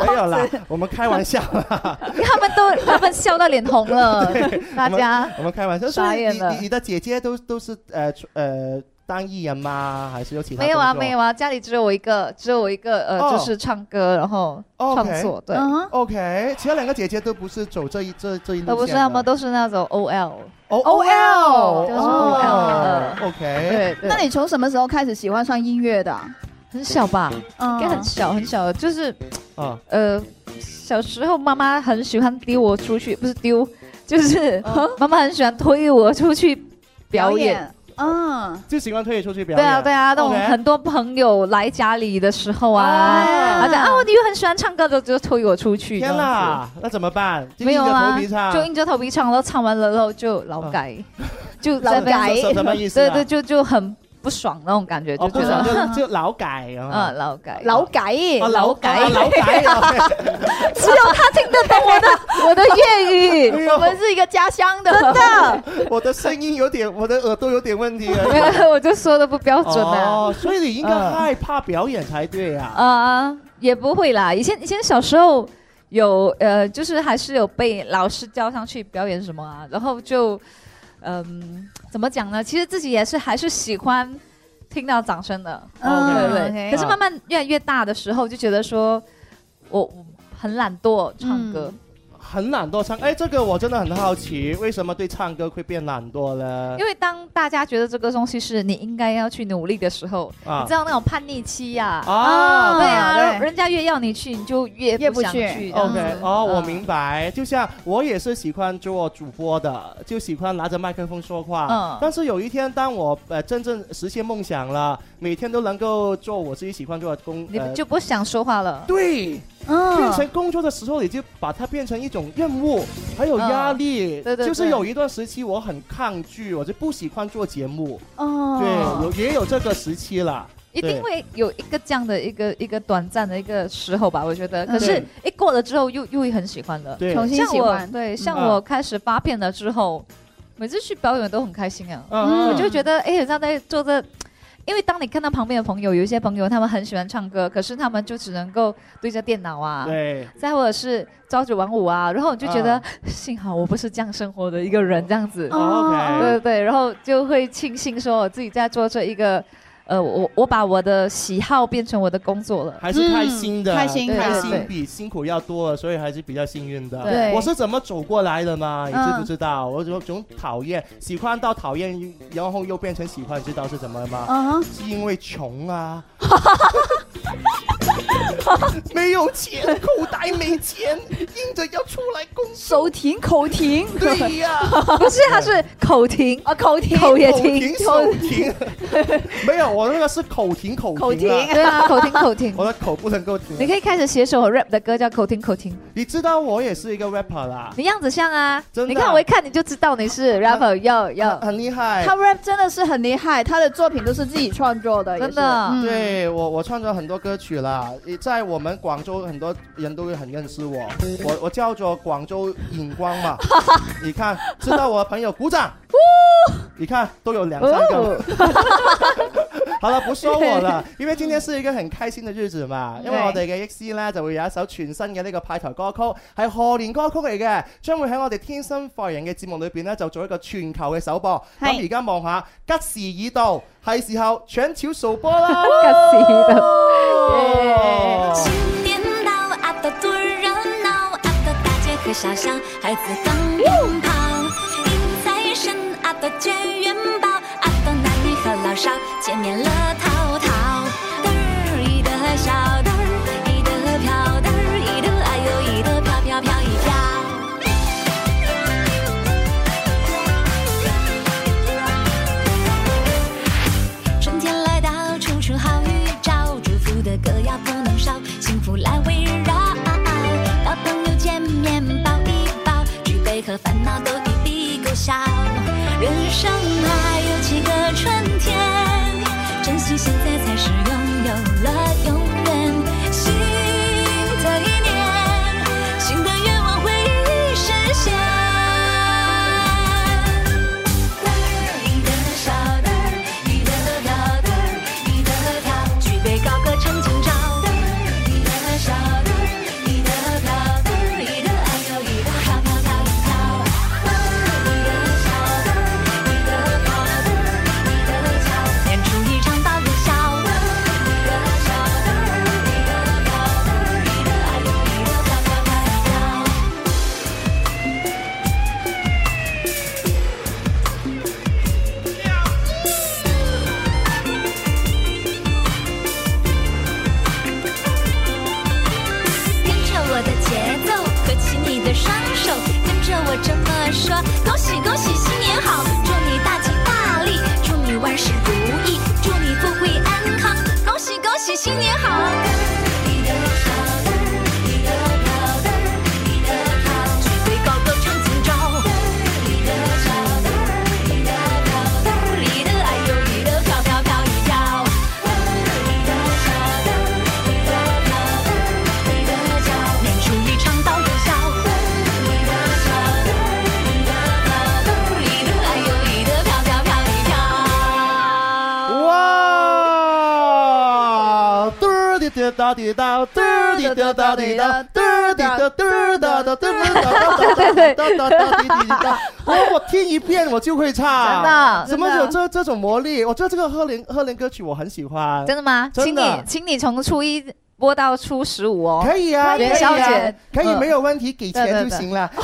Speaker 3: 没有哎啦，我们开玩笑啦，
Speaker 12: 他们都他们笑到脸红 了， 大家
Speaker 3: 我们开玩笑，所
Speaker 12: 傻
Speaker 3: 以
Speaker 12: 眼
Speaker 3: 你
Speaker 12: 了
Speaker 3: 你你的姐姐都都是呃呃当艺人吗？还是有其他
Speaker 12: 没有啊
Speaker 3: 工作
Speaker 12: 没有啊，家里只有我一个，只有我一个，呃，
Speaker 3: 哦
Speaker 12: 就是唱歌，然后创作，对，
Speaker 4: 嗯
Speaker 3: ，OK，其他两个姐姐都不是走这一这这一路
Speaker 12: 呃，不是，
Speaker 3: 线的
Speaker 12: 他们都是那种 OL，
Speaker 3: 哦
Speaker 4: OL
Speaker 12: 就是 OL，
Speaker 3: ，OK，
Speaker 4: 那你从什么时候开始喜欢上音乐的啊？
Speaker 12: 很小吧，
Speaker 4: 嗯
Speaker 12: 应该很小很小，就是
Speaker 3: 啊，
Speaker 12: 呃，小时候妈妈很喜欢丢我出去，不是丢， 就是妈妈很喜欢推我出去表演。
Speaker 4: 嗯，
Speaker 3: 就喜欢推你出去表
Speaker 12: 对
Speaker 3: 演，
Speaker 12: 啊，对啊，那我
Speaker 3: OK
Speaker 12: 很多朋友来家里的时候啊，然后讲啊，我又很喜欢唱歌，就就推我出去。
Speaker 3: 天
Speaker 12: 啦
Speaker 3: 啦，， 那怎么办？就
Speaker 12: 没有
Speaker 3: 硬着头
Speaker 12: 啊
Speaker 3: 皮唱，，
Speaker 12: 就硬着头 皮唱，然后唱完了然后就劳改，就在那边
Speaker 3: 什什什么意思啊
Speaker 12: 对对，就就很
Speaker 4: 不爽那种感觉，
Speaker 3: 哦，
Speaker 4: 就
Speaker 3: 不
Speaker 4: 觉
Speaker 3: 爽
Speaker 4: 得
Speaker 3: 就就劳改啊
Speaker 4: 嗯，，劳改，
Speaker 12: 老改，
Speaker 3: 哦老改
Speaker 4: 老改
Speaker 3: 老改 哦
Speaker 12: 只有他听得懂我 的我的粤
Speaker 3: 哎
Speaker 12: 语，我们是一个家乡的，真 的。
Speaker 15: 我的声音有点，我的耳朵有点问题而已。
Speaker 4: 我就说的不标准啊。
Speaker 3: 啊哦，所以你应该害怕表演才对呀、啊。
Speaker 4: 啊，也不会啦。以前以前小时候有呃，就是还是有被老师叫上去表演什么啊，然后就嗯、怎么讲呢？其实自己也是还是喜欢听到掌声的，
Speaker 3: OK
Speaker 4: 对对
Speaker 3: OK
Speaker 4: 可是慢慢越来越大的时候，就觉得说我我很懒惰唱歌。
Speaker 3: 很懒惰唱，哎，这个我真的很好奇，为什么对唱歌会变懒惰呢？
Speaker 4: 因为当大家觉得这个东西是你应该要去努力的时候，
Speaker 3: 啊
Speaker 4: 你知道那种叛逆期呀、
Speaker 3: 啊
Speaker 4: 对啊，
Speaker 3: 对
Speaker 4: 人家越要你去，你就越
Speaker 12: 越不
Speaker 4: 不想
Speaker 12: 去
Speaker 4: 去这样子
Speaker 3: OK，哦，我明白。就像我也是喜欢做主播的，就喜欢拿着麦克风说话。
Speaker 4: 嗯
Speaker 3: 但是有一天，当我呃真正实现梦想了，每天都能够做我自己喜欢做的工，
Speaker 4: 你
Speaker 3: 呃
Speaker 4: 就不想说话了。
Speaker 3: 对，
Speaker 4: 嗯
Speaker 3: 变成工作的时候，你就把它变成一种任务，还有压力。
Speaker 4: 嗯对对
Speaker 3: 就是
Speaker 4: 对
Speaker 3: 有一段时期我很抗拒，我就不喜欢做节目。
Speaker 4: 哦
Speaker 3: 对，有也有这个时期啦。
Speaker 4: 一定
Speaker 3: 对
Speaker 4: 会有一个这样的一个一个短暂的一个时候吧，我觉得。
Speaker 3: 嗯
Speaker 4: 可是，一过了之后又，又会很喜欢了。
Speaker 3: 对
Speaker 4: 像
Speaker 3: 重新
Speaker 4: 我
Speaker 3: 喜欢
Speaker 4: 对，
Speaker 3: 嗯
Speaker 4: 像
Speaker 3: 啊
Speaker 4: 我开始发片了之后，每次去表演都很开心啊。
Speaker 3: 嗯嗯
Speaker 4: 我就觉得，哎，好像在坐着。因为当你看到旁边的朋友，有一些朋友他们很喜欢唱歌，可是他们就只能够对着电脑啊，
Speaker 3: 对
Speaker 4: 再或者是朝九晚五啊，然后我就觉得、
Speaker 3: 啊
Speaker 4: 幸好我不是这样生活的一个人，这样子。
Speaker 3: 哦，OK
Speaker 4: 对对对，然后就会庆幸说我自己在做这一个，呃，我我把我的喜好变成我的工作了，
Speaker 3: 还是开心的，
Speaker 4: 嗯对
Speaker 3: 开
Speaker 4: 对
Speaker 3: 心
Speaker 4: 对
Speaker 3: 比辛苦要多了，所以还是比较幸运的。
Speaker 4: 对
Speaker 3: 我是怎么走过来的嘛？你知
Speaker 4: 嗯
Speaker 3: 不知道？我总总讨厌，喜欢到讨厌，然后又变成喜欢，你知道是怎么吗？
Speaker 12: 嗯哼
Speaker 3: 是因为穷啊，没有钱，口袋没钱，硬着要出来工
Speaker 12: 手停口停，
Speaker 3: 对呀
Speaker 4: 不是，他是口停
Speaker 12: 啊，口停，
Speaker 4: 哦口也
Speaker 3: 口
Speaker 4: 停
Speaker 3: 停，手 停，没有，我那个是口停口
Speaker 4: 口
Speaker 3: 停啊，
Speaker 4: 停对啊口停口停
Speaker 3: 我的口不能够停。 啊
Speaker 4: 你可以开始写首 rap 的歌叫口停口停，
Speaker 3: 你知道我也是一个 rapper 啦，
Speaker 4: 你样子像啊，
Speaker 3: 真的
Speaker 4: 你看我一看你就知道你 是 rapper，要要
Speaker 3: 很厉害
Speaker 12: 他 rap 真的是很厉害，他的作品都是自己创作的，也是嗯
Speaker 3: 对我我创作很多歌曲啦，也在我们广州很多人都会很认识我，我我叫做广州影光 嘛，你看知道我的朋友鼓掌，你看都有两三个。
Speaker 4: 哦
Speaker 3: 好啦，唔說我 啦，因為今天是一個很開心嘅日子嘛，因為我哋嘅益師呢，就會有一首全新嘅呢個派台歌曲，係賀年歌曲嚟嘅，將會喺我哋天生快人嘅節目裏邊呢，就做一個全球嘅首播。咁而家望下，吉時已到，係時候搶潮數波啦！
Speaker 4: 吉時已到
Speaker 3: 哦
Speaker 9: 新年到，啊的多热闹，啊的大街和小巷，孩子放鞭炮，迎财神，啊的卷元宝，啊的男女和老少，见面乐淘淘。嘚儿一的小嘚儿，一的飘嘚儿，一的哎呦一的飘飘飘一飘。春天来到，处处好预兆，祝福的歌谣不能少，幸福来围绕。到朋友见面抱一抱，举杯和烦恼都一笔勾销。人生还有几个春天，珍惜现在才是拥有了永远。新的一年，新的愿望会一一实现。一的小的，一的飘的，一的飘，举杯高歌唱今朝。一的小的，一的飘的，一的哎呦一的飘飘飘一飘。一的小的，一的飘的，一的飘，演出一场大歌笑。一的小的，一的飘的，一的哎呦一的飘飘飘一飘。跟着我的节奏，合起你的双手，跟着我这么说，恭喜恭喜，新年好，祝你大吉大利，祝你万事如意，祝你富贵安康，恭喜恭喜，新年好。举杯高歌唱今朝。一的小的，一的飘的，一的哎呦，一的飘飘飘
Speaker 3: 滴滴答滴答，嘟滴滴答滴答，嘟滴答嘟答答嘟答哒哒哒哒滴滴答。我我听一遍我就会唱，怎么有这这种魔力？我觉得这个贺年贺年歌曲我很喜欢。
Speaker 12: 真的吗？
Speaker 3: 真
Speaker 12: 请你
Speaker 3: 的。
Speaker 12: 请你从初一播到初十五哦。
Speaker 3: 可以啊，可以
Speaker 12: 元宵
Speaker 3: 啊
Speaker 12: 节，
Speaker 3: 可以
Speaker 12: 嗯
Speaker 3: 没有问题，给钱就行了。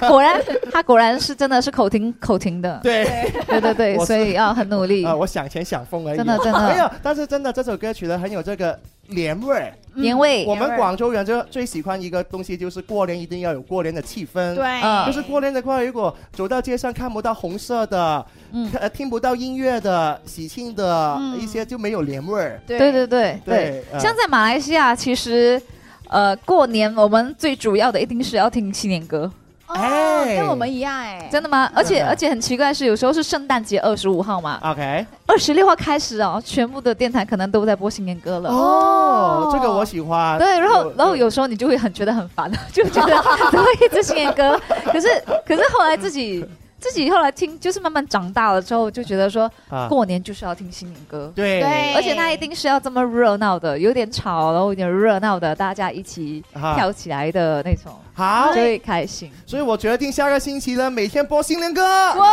Speaker 12: 他果然，他果然是真的是口停口停的。
Speaker 3: 对，
Speaker 12: 对对对，
Speaker 3: 我是
Speaker 12: 所以要很努力。
Speaker 3: 啊，我想钱想疯而已。
Speaker 12: 真的真的
Speaker 3: 没有，但是真的这首歌曲呢，很有这个年味儿。
Speaker 12: 年味
Speaker 3: 我们
Speaker 12: 年味
Speaker 3: 广州人就最喜欢一个东西，就是过年一定要有过年的气氛。
Speaker 12: 对嗯
Speaker 3: 就是过年的话，如果走到街上看不到红色的，
Speaker 12: 嗯
Speaker 3: 看呃，听不到音乐的、喜庆的
Speaker 12: 嗯
Speaker 3: 一些就没有年味儿。
Speaker 12: 对对对
Speaker 3: 对呃
Speaker 12: 像在马来西亚，其实呃过年我们最主要的一定是要听新年歌。
Speaker 4: 哦，跟我们一样哎，
Speaker 12: 真的吗？而且
Speaker 4: 嗯
Speaker 12: 而且很奇怪是，有时候是圣诞节二十五号嘛
Speaker 3: ，OK，
Speaker 12: 二十六号开始哦，全部的电台可能都在播新年歌了。
Speaker 3: 哦，这个我喜欢。
Speaker 12: 对，然后然后有时候你就会很觉得很烦，啊 就觉得怎么一直新年歌？可是可是后来自己自己后来听，就是慢慢长大了之后，就觉得说
Speaker 9: 啊
Speaker 12: 过年就是要听新年歌，
Speaker 3: 对对
Speaker 12: 而且它一定是要这么热闹的，有点吵，然后有点热闹的，大家一起
Speaker 3: 啊
Speaker 12: 跳起来的那种，
Speaker 3: 好
Speaker 12: 就会开心。
Speaker 3: 所以我决定下个星期呢，每天播新年歌。
Speaker 12: 哇！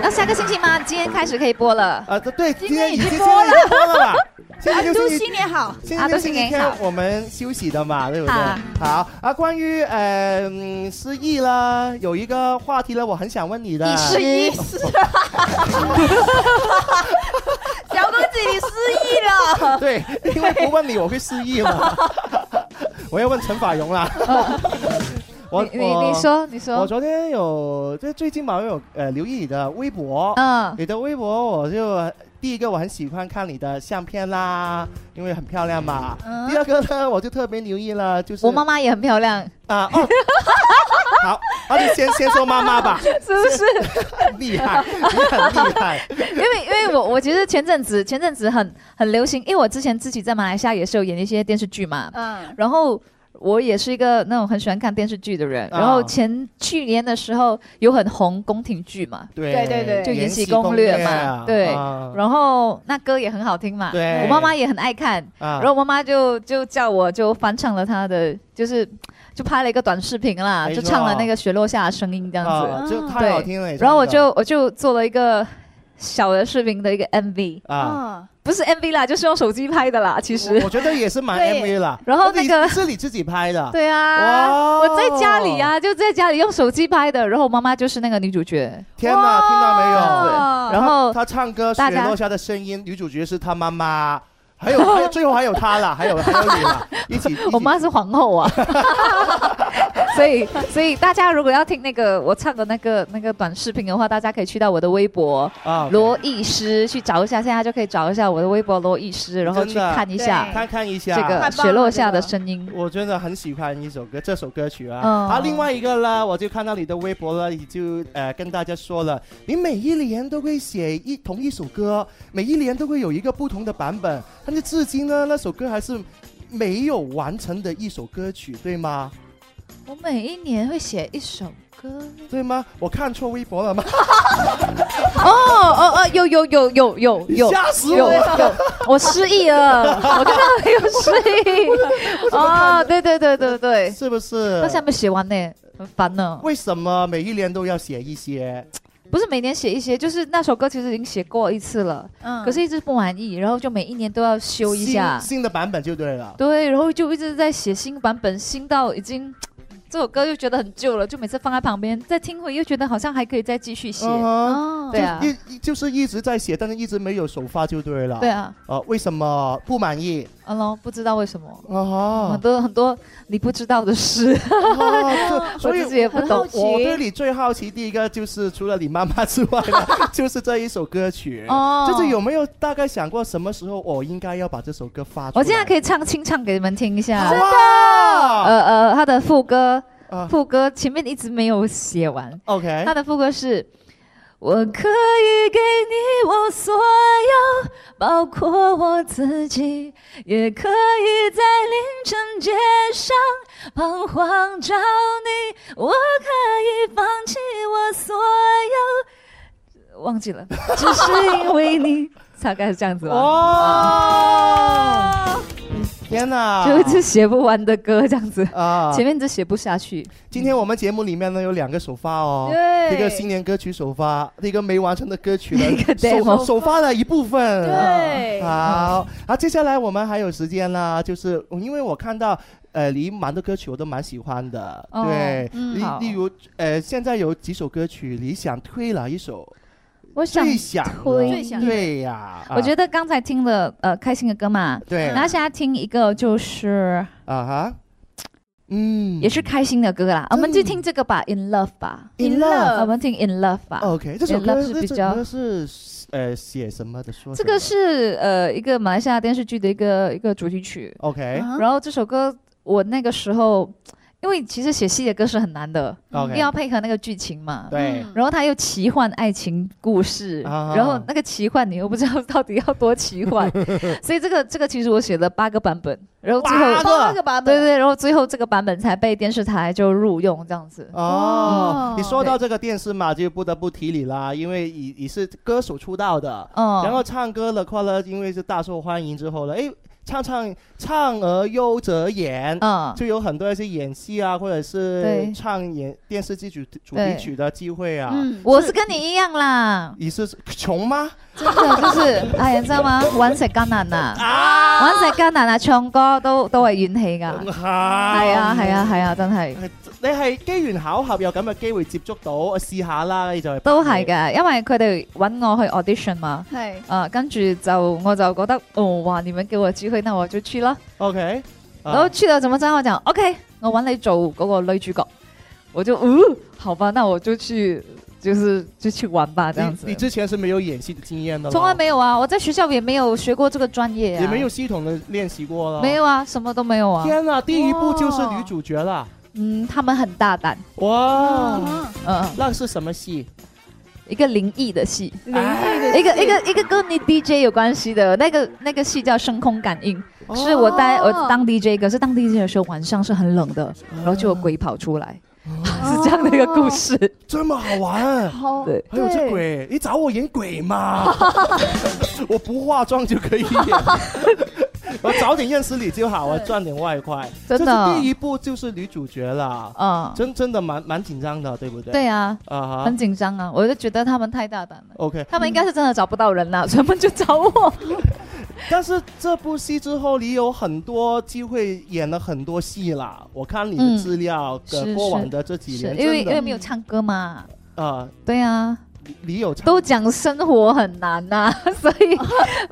Speaker 12: 那下个星期吗？今天开始可以播了。
Speaker 3: 啊，对，今天
Speaker 12: 天
Speaker 3: 已
Speaker 12: 已
Speaker 3: 经
Speaker 12: 经
Speaker 3: 今
Speaker 12: 播了
Speaker 3: 天已经播了吧？星期六、
Speaker 4: 祝
Speaker 3: 星期
Speaker 4: 新年
Speaker 12: 啊
Speaker 4: 好，
Speaker 3: 星期六、星期天我们休息 的嘛，对不对
Speaker 4: 啊？
Speaker 3: 好啊，关于呃嗯失忆啦，有一个话题呢，我很想问你的。
Speaker 4: 你失忆是小公子，你失忆 了。
Speaker 3: 对，因为不问你我会失忆嘛。 我要问陈法 蓉啦。我
Speaker 12: 你你
Speaker 3: 我
Speaker 12: 你说你说
Speaker 3: 我昨天有就最近嘛，我有呃留意你的微博，
Speaker 12: 嗯，
Speaker 3: 你的微博我就呃第一个我很喜欢看你的相片啦，因为很漂亮嘛。
Speaker 12: 嗯
Speaker 3: 第二个呢，我就特别留意了，就是
Speaker 12: 我妈妈也很漂亮，
Speaker 3: 啊 哦，好，而且先先说妈妈吧，
Speaker 12: 是 不是？
Speaker 3: 厉害，你很厉害，
Speaker 12: 因为因为我我其实前阵子前阵子很很流行，因为我之前自己在马来西亚也是有演一些电视剧嘛，
Speaker 4: 嗯，
Speaker 12: 然后。我也是一个那种很喜欢看电视剧的人，
Speaker 4: 啊
Speaker 12: 然后前去年的时候有很红宫廷剧嘛，
Speaker 3: 对对对对
Speaker 12: 就《
Speaker 3: 延
Speaker 12: 延
Speaker 3: 禧
Speaker 12: 禧
Speaker 3: 攻
Speaker 12: 攻
Speaker 3: 略
Speaker 12: 略》
Speaker 3: 啊
Speaker 12: 嘛，对
Speaker 3: 啊，
Speaker 12: 然后那歌也很好听嘛，
Speaker 3: 对
Speaker 12: 我妈妈也很爱看，
Speaker 3: 啊
Speaker 12: 然后我妈妈就就叫我就翻唱了她的，就是就拍了一个短视频啦，
Speaker 3: 没
Speaker 12: 就
Speaker 3: 错
Speaker 12: 唱了那个雪落下的声音这样
Speaker 3: 啊
Speaker 12: 子，嗯
Speaker 3: 就太
Speaker 12: 对
Speaker 3: 好听了你唱
Speaker 12: 然后我
Speaker 3: 的
Speaker 12: 就我就做了一个小的视频的一个 MV
Speaker 3: 啊，
Speaker 12: 不是 MV 啦，就是用手机拍的啦，其实
Speaker 3: 我觉得也是
Speaker 12: 嗯
Speaker 3: 蛮
Speaker 12: 对
Speaker 3: MV 啦。
Speaker 12: 然后那个
Speaker 3: 你是你自己拍的，
Speaker 12: 对
Speaker 3: 哦
Speaker 12: 啊，我在家里啊，就在家里用手机拍的，然后我妈妈就是那个女主 角。
Speaker 3: 天哪，听到没有？
Speaker 12: 对然后
Speaker 3: 她她唱歌，雪
Speaker 12: 大家
Speaker 3: 落下的声音，女主角是她妈妈，还有还有最后还有她啦，还有还有你啦，一起
Speaker 12: 我妈是皇后啊，所以所以大家如果要听那个我唱的那个那个短视频的话，大家可以去到我的微博
Speaker 3: 啊
Speaker 12: 罗艺师去找一下，现在就可以找一下我的微博罗艺师，然后去
Speaker 3: 真的
Speaker 12: 看一下
Speaker 3: 对看看一下
Speaker 12: 这
Speaker 3: 太棒了
Speaker 12: 个雪落下的声音。
Speaker 3: 我真的很喜欢一首歌，这首歌曲啊。
Speaker 12: 嗯
Speaker 3: 啊，另外一个呢，我就看到你的微博了，你就呃跟大家说了，你每一年都会写一同一首歌，每一年都会有一个不同的版本，但是至今呢，那首歌还是没有完成的一首歌曲，对吗？
Speaker 12: 我每一年会写一首歌，
Speaker 3: 对吗？我看错微博了吗？
Speaker 12: 哦哦哦，有有有有有有，
Speaker 3: 吓死我
Speaker 12: 有
Speaker 3: 了
Speaker 12: 有我失忆了，我看 到有失忆。哦，对对对对对，
Speaker 3: 是不 是
Speaker 12: 到现在没写完呢，很烦呢。
Speaker 3: 为什么每一年都要写一些？
Speaker 12: 不是每年写一些，就是那首歌其实已经写过一次了，
Speaker 4: 嗯
Speaker 12: 可是一直不满意，然后就每一年都要修一下
Speaker 3: 新，新的版本就对了。
Speaker 12: 对，然后就一直在写新版本，新到已经这首歌又觉得很旧了，就每次放在旁边再听回，又觉得好像还可以再继续写，
Speaker 3: 嗯哼
Speaker 12: 对啊
Speaker 3: 就，一一就是一直在写，但是一直没有首发就对了。
Speaker 12: 对啊，
Speaker 3: 呃，为什么不满意？
Speaker 12: 嗯咯，不知道为什么，
Speaker 3: 哦
Speaker 12: 很多很多你不知道的事，
Speaker 3: 哦所以
Speaker 12: 我自己也不
Speaker 3: 我
Speaker 12: 懂
Speaker 3: 我对你最好奇，第一个就是除了你妈妈之外呢， 就是这一首歌曲。
Speaker 12: 哦
Speaker 3: 就是有没有大概想过什么时候我应该要把这首歌发出来？
Speaker 12: 我现在可以唱清唱给你们听一下，
Speaker 3: 真的
Speaker 12: 呃呃，他的副歌
Speaker 3: 啊，
Speaker 12: 副歌前面一直没有写完。
Speaker 3: OK，
Speaker 12: 他的副歌是：我可以给你我所有，包括我自己，也可以在凌晨街上彷徨找你。我可以放弃我所有， 忘记了，只是因为你，大概是这样子吧。
Speaker 3: 哦，天哪！
Speaker 4: 就是写不完的歌这样子
Speaker 3: 啊
Speaker 4: 前面就写不下去。
Speaker 3: 今天我们节目里面呢有两个首发哦，
Speaker 4: 对
Speaker 3: 一个新年歌曲首发，一个没完成的歌曲
Speaker 4: 一
Speaker 3: 的
Speaker 4: 个 demo
Speaker 3: 首首发的一部分。
Speaker 4: 对
Speaker 3: 好，啊，接下来我们还有时间啦，就是因为我看到。呃，李蛮的歌曲我都蛮喜欢的，
Speaker 4: 哦
Speaker 3: 对，
Speaker 4: 嗯
Speaker 3: 例
Speaker 4: 好
Speaker 3: 例如呃，现在有几首歌曲，你想推哪一首？
Speaker 4: 我想
Speaker 3: 最想的
Speaker 4: 推
Speaker 3: 对呀、
Speaker 4: 我觉
Speaker 3: 得
Speaker 4: 得刚才听了呃开心的歌嘛，
Speaker 3: 对
Speaker 4: 然后现在听一个就是
Speaker 3: 啊哈，嗯，
Speaker 4: 也是开心的歌啦，我们就听这个吧，In Love 吧
Speaker 3: In Love
Speaker 4: 我们听 In Love 吧。
Speaker 3: OK，这首
Speaker 4: In Love
Speaker 3: 歌
Speaker 4: 是
Speaker 3: 这
Speaker 4: 比
Speaker 3: 首
Speaker 4: 较
Speaker 3: 歌是呃写什么的？说什
Speaker 4: 这
Speaker 3: 么
Speaker 4: 个是呃一个马来西亚电视剧的一个一个主题曲。
Speaker 3: OK 啊
Speaker 4: 然后这首歌我那个时候，因为其实写戏的歌是很难的
Speaker 3: OK
Speaker 4: 因为要配合那个剧情嘛。
Speaker 3: 对
Speaker 4: 然后它又奇幻爱情故
Speaker 12: 嗯
Speaker 4: 事，
Speaker 3: 啊
Speaker 4: 然后那个奇幻你又不知道到底要多奇 幻，所以这个这个其实我写了八个版本，然后最
Speaker 12: 八
Speaker 4: 后
Speaker 12: 个八个版本
Speaker 4: 对对，对然后最后这个版本才被电视台就录用这样子。
Speaker 3: 哦，你说到这个电视嘛，就不得不提你啦，因为你你是歌手出道的，
Speaker 4: 嗯
Speaker 3: 然后唱歌的话呢，因为是大受欢迎之后呢，哎，唱唱唱而优则演，
Speaker 4: 嗯
Speaker 3: 就有很多一些演戏啊，或者是
Speaker 4: 对
Speaker 3: 唱演电视剧主主题
Speaker 4: 对
Speaker 3: 曲的机会啊。
Speaker 4: 我是跟你一样啦，
Speaker 3: 你是穷吗？
Speaker 4: 真的就是，哎呀，你知道吗？揾食艱難啊，揾食艱難啊，唱歌都都係怨氣㗎，
Speaker 3: 係嗯
Speaker 4: 啊係啊係啊，真係
Speaker 3: 哎你係機緣巧合有咁嘅機會接觸到，我試下啦，你就係
Speaker 4: 都係
Speaker 3: 嗯
Speaker 4: 嘅，因為佢哋揾我去 audition 嘛，
Speaker 12: 係
Speaker 4: 啊，跟住就我就覺得，哦，哇，你們叫我機會，那我就去啦。
Speaker 3: OK，啊
Speaker 4: 然後去了怎麼着？我講 OK，我揾你做嗰個女主角，我就，嗯，好吧，那我就去，就是就去玩吧，這樣子
Speaker 3: 你。你之前是沒有演戲的經驗的咯，
Speaker 4: 從來沒有啊，我在學校也沒有學過這個專業啊，
Speaker 3: 也沒有系統的練習過了，
Speaker 4: 没有啊，什么都没有啊。
Speaker 3: 天哪，第一部就是女主角了。
Speaker 4: 嗯，他们很大胆。
Speaker 3: 哇，
Speaker 4: 嗯，
Speaker 3: 那是什么戏？
Speaker 4: 一个灵异的戏，
Speaker 3: 灵异的戏
Speaker 4: 一个一个一个跟你 DJ 有关系的那个那个戏叫《声空感应》，
Speaker 3: 哦
Speaker 4: 是我带我当 DJ，可是当 DJ 的时候晚上是很冷
Speaker 3: 哦
Speaker 4: 的，然后就有鬼跑出来， 是这样的一个故事。
Speaker 3: 这么好玩，
Speaker 12: 好
Speaker 4: 对
Speaker 3: 还有哎这鬼，你找我演鬼嘛？ 我不化妆就可以演， 我早点认识你就好啊，赚点外快。
Speaker 4: 真的
Speaker 3: 这是第一部就是女主角啦，
Speaker 4: 嗯
Speaker 3: 真真的蛮蛮紧张的，对不对？
Speaker 4: 对啊，
Speaker 3: 啊嗯哈
Speaker 4: 很紧张啊，我就觉得他们太大胆了，
Speaker 3: ，OK，
Speaker 4: 他们应该是真的找不到人 了，所以他们就找我。
Speaker 3: 但是这部戏之后，你有很多机会演了很多戏啦。我看你的
Speaker 4: 嗯
Speaker 3: 资料，
Speaker 4: 是
Speaker 3: 跟
Speaker 4: 是
Speaker 3: 过往的这几年，
Speaker 4: 是因为
Speaker 3: 真的
Speaker 4: 因为没有唱歌嘛，
Speaker 3: 啊，
Speaker 4: 对啊。
Speaker 3: 你你有唱
Speaker 4: 都讲生活很难呐、 所 以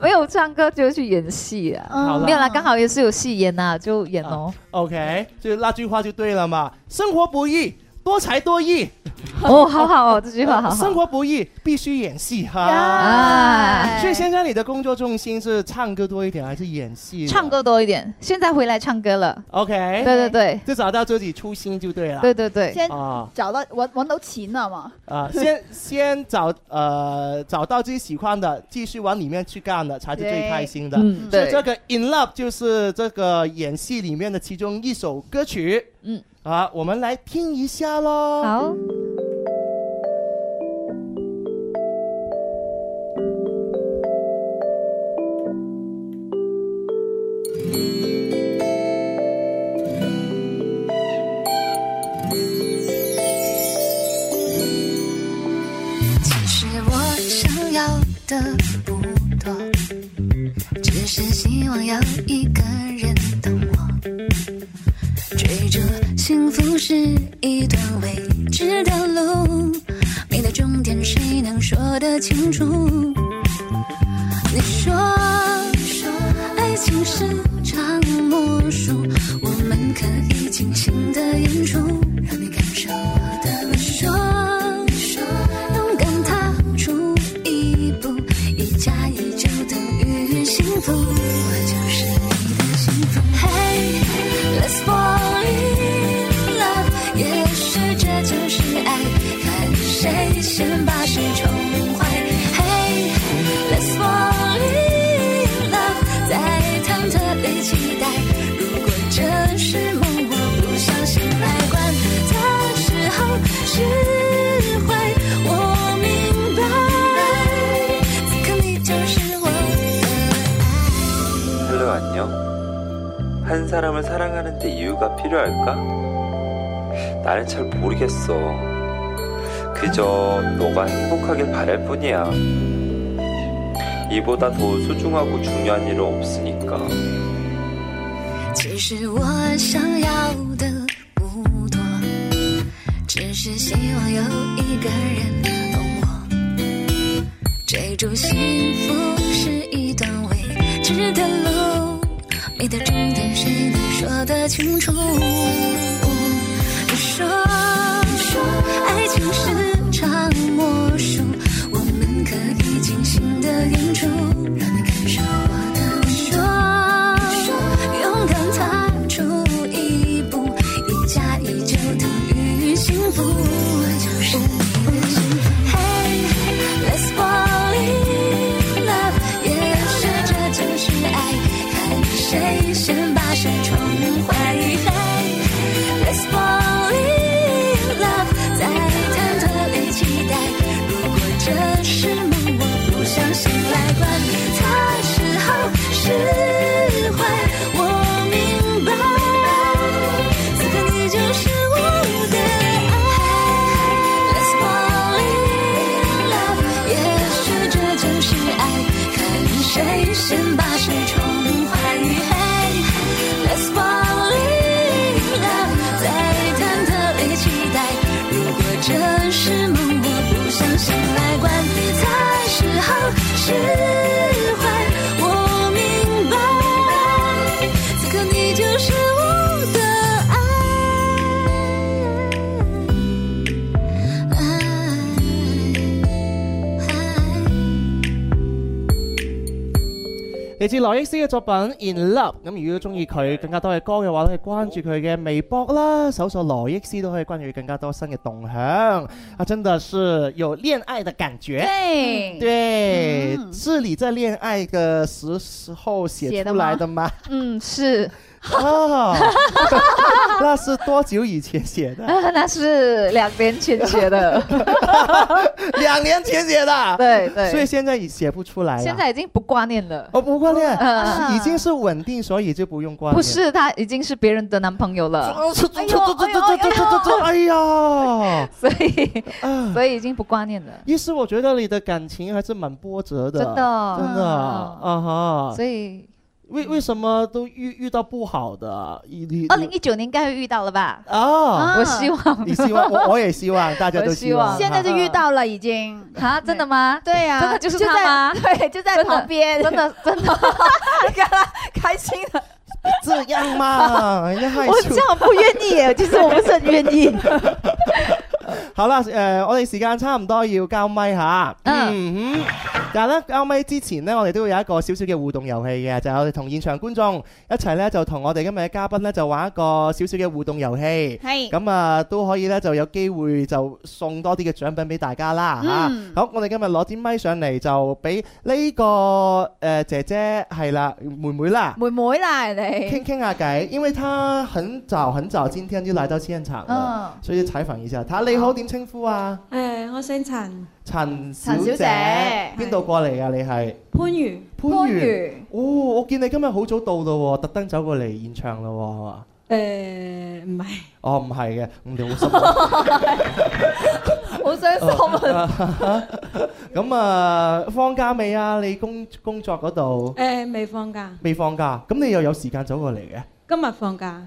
Speaker 4: 没有唱歌就去演戏
Speaker 3: 嗯好
Speaker 4: 啊
Speaker 3: 啦。
Speaker 4: 没有啦，刚好也是有戏演呐、就演哦。
Speaker 3: OK，就那句话就对了嘛。生活不易，多才多艺。啊
Speaker 4: 哦，好好哦，这 句话好好
Speaker 3: 生。活不易，必须演戏哈。
Speaker 4: 哎
Speaker 3: 所以先生，你的工作重心是唱歌多一点，还是演戏？
Speaker 4: 唱。歌多一点，现在回来唱歌了。
Speaker 3: OK。
Speaker 4: 对对对，
Speaker 3: 就找到自己初心就对了。
Speaker 4: 对对对
Speaker 12: 先
Speaker 3: 啊
Speaker 12: 找到揾揾到錢啊嘛，
Speaker 3: 啊，先先找呃找到自己喜欢的，继续往里面去干的，才是最开心的。
Speaker 4: 对嗯
Speaker 3: 所以
Speaker 4: 对
Speaker 3: 这个《In Love》就是这个演戏里面的其中一首歌曲。
Speaker 4: 嗯，
Speaker 3: 啊，我们来听一下喽。
Speaker 4: 好。
Speaker 10: 其实我想要的不多，只是希望有一个人懂我。追逐幸福是一段未知的路，没到终点谁能说得清楚？你说，说爱情是场魔术，我们可以尽情的演出，让你感受我的温柔。你说，勇敢踏出一步，一加一就等于幸福，我就是你的幸福。Hey, let's fall in love，也许这就是爱，看谁先把谁宠坏。Hey。Let's fall in love，在忐忑里期待。如果这是梦，我不相信爱。管它是好是坏，我明白，此刻你就是我的爱。
Speaker 16: Hello 안녕
Speaker 17: 한 사람을 사랑하는데 이유가 필요할까? 나는 잘 모르겠어. 그저 너가 행복하길 바랄 뿐이야. 이보다 더 소중하고 중요한 일은 없으니까.
Speaker 9: 其实我想要的不多，只是希望有一个人懂我。追逐幸福是一段未知的路，你的终点谁能说得清楚？你说，说爱情是场魔术，我们可以尽情的演出，让你感受我的温柔。说，勇敢踏出一步，一加一就等于幸福。我就是你的幸福。Hey, let's fall in love，也许这就是爱，看谁先把谁宠坏。Hey, Let's fall in love，在忐忑里期待。如果这是梦，我不相信。来管它是好是坏，我明白。此刻你就是我的爱。Let's fall in love，也许这就是爱，看谁先把谁宠坏。Let's fall in love，在忐忑里期待。如果这是梦，我不相信，来管它是好是坏，我明白。此刻你就是我的爱。
Speaker 3: 嚟自羅憶詩嘅作品《In Love》，咁如果中意佢更加多嘅歌嘅話咧，可以關注佢嘅微博啦，搜索羅憶詩都可以關注更加多新嘅動向。啊，真的是有戀愛的感覺，
Speaker 4: 哎
Speaker 12: 對
Speaker 3: 嗯對，
Speaker 4: 嗯
Speaker 3: 是你在戀愛嘅時時候寫出來的嗎？
Speaker 4: 嗯，是。
Speaker 3: 哦， 那是多久以前寫的？
Speaker 4: 啊，那是两年前 写的，
Speaker 3: 两年前写的，
Speaker 4: 对对，
Speaker 3: 所以现在已写不出来了。哦
Speaker 4: 现在已经不挂念了。
Speaker 3: 我不挂念，
Speaker 4: 啊
Speaker 3: 是已经是稳定，所以就不用挂念。
Speaker 4: 不是，他已经是别人的男朋友 了。
Speaker 3: 哎呦，这这这这这这，哎呀！
Speaker 4: 所以， 所以已经不挂念了。
Speaker 3: 意思我觉得你的感情还是蛮波折的，
Speaker 4: 真
Speaker 12: 啊
Speaker 4: 的
Speaker 3: 真的啊哈。
Speaker 4: 所以，
Speaker 3: 为为什么都遇遇到不好的？你你
Speaker 4: 二零一九年应该会遇到了吧？
Speaker 3: 啊，
Speaker 4: 我希望
Speaker 3: 你希望，我我也希望，大家都
Speaker 4: 我
Speaker 3: 希
Speaker 4: 希
Speaker 3: 望。
Speaker 4: 望
Speaker 12: 现在就遇到了，已经
Speaker 4: 啊，真的吗？
Speaker 12: 对呀，
Speaker 4: 真的就是
Speaker 12: 在
Speaker 4: 他吗？
Speaker 12: 对，就在
Speaker 4: 真的
Speaker 12: 旁边，
Speaker 4: 真的真的
Speaker 12: 开心的。
Speaker 3: 这样嘛，人家害
Speaker 12: 我
Speaker 3: 羞
Speaker 12: 这。样不愿意耶，其实我不是很愿意。
Speaker 3: 好啦，誒、我哋時間差唔多要交咪嚇，嗯哼。但係咧交咪之前呢，我哋都會有一個少少嘅互動遊戲嘅，就係、我哋同現場觀眾一齊呢，就同我哋今日嘅嘉賓呢，就玩一個少少嘅互動遊戲。
Speaker 9: 嗯
Speaker 12: 係
Speaker 3: 咁啊，都可以呢，就有機會就送多啲嘅獎品俾大家啦嚇。
Speaker 12: 嗯
Speaker 3: 好，我哋今日攞支咪上嚟就俾呢、個呃姐姐係啦，妹妹啦。
Speaker 12: 妹妹啦， 人
Speaker 3: 傾
Speaker 12: 哋
Speaker 3: 傾下偈，因為她很早很早今天就來到現場了，
Speaker 18: 嗯
Speaker 3: 所以採訪一下她。你好，點稱呼啊？
Speaker 18: 誒、哎我姓陳，
Speaker 3: 陳小
Speaker 18: 陳小姐
Speaker 3: 姐，邊度過嚟㗎？你係
Speaker 18: 番禺，
Speaker 3: 番禺。哦，我見你今日好早到咯喎，特登走過嚟現場咯喎，係嘛？
Speaker 18: 誒呃唔係，
Speaker 3: 哦，唔係嘅，咁你好心 啊
Speaker 12: 好傷心
Speaker 4: 哦
Speaker 12: 啊！
Speaker 3: 咁啊，放假未啊？你工工作嗰度
Speaker 18: 誒、呃未放假，
Speaker 3: 未放假，咁你又有時間走過嚟嘅？
Speaker 18: 今日放假，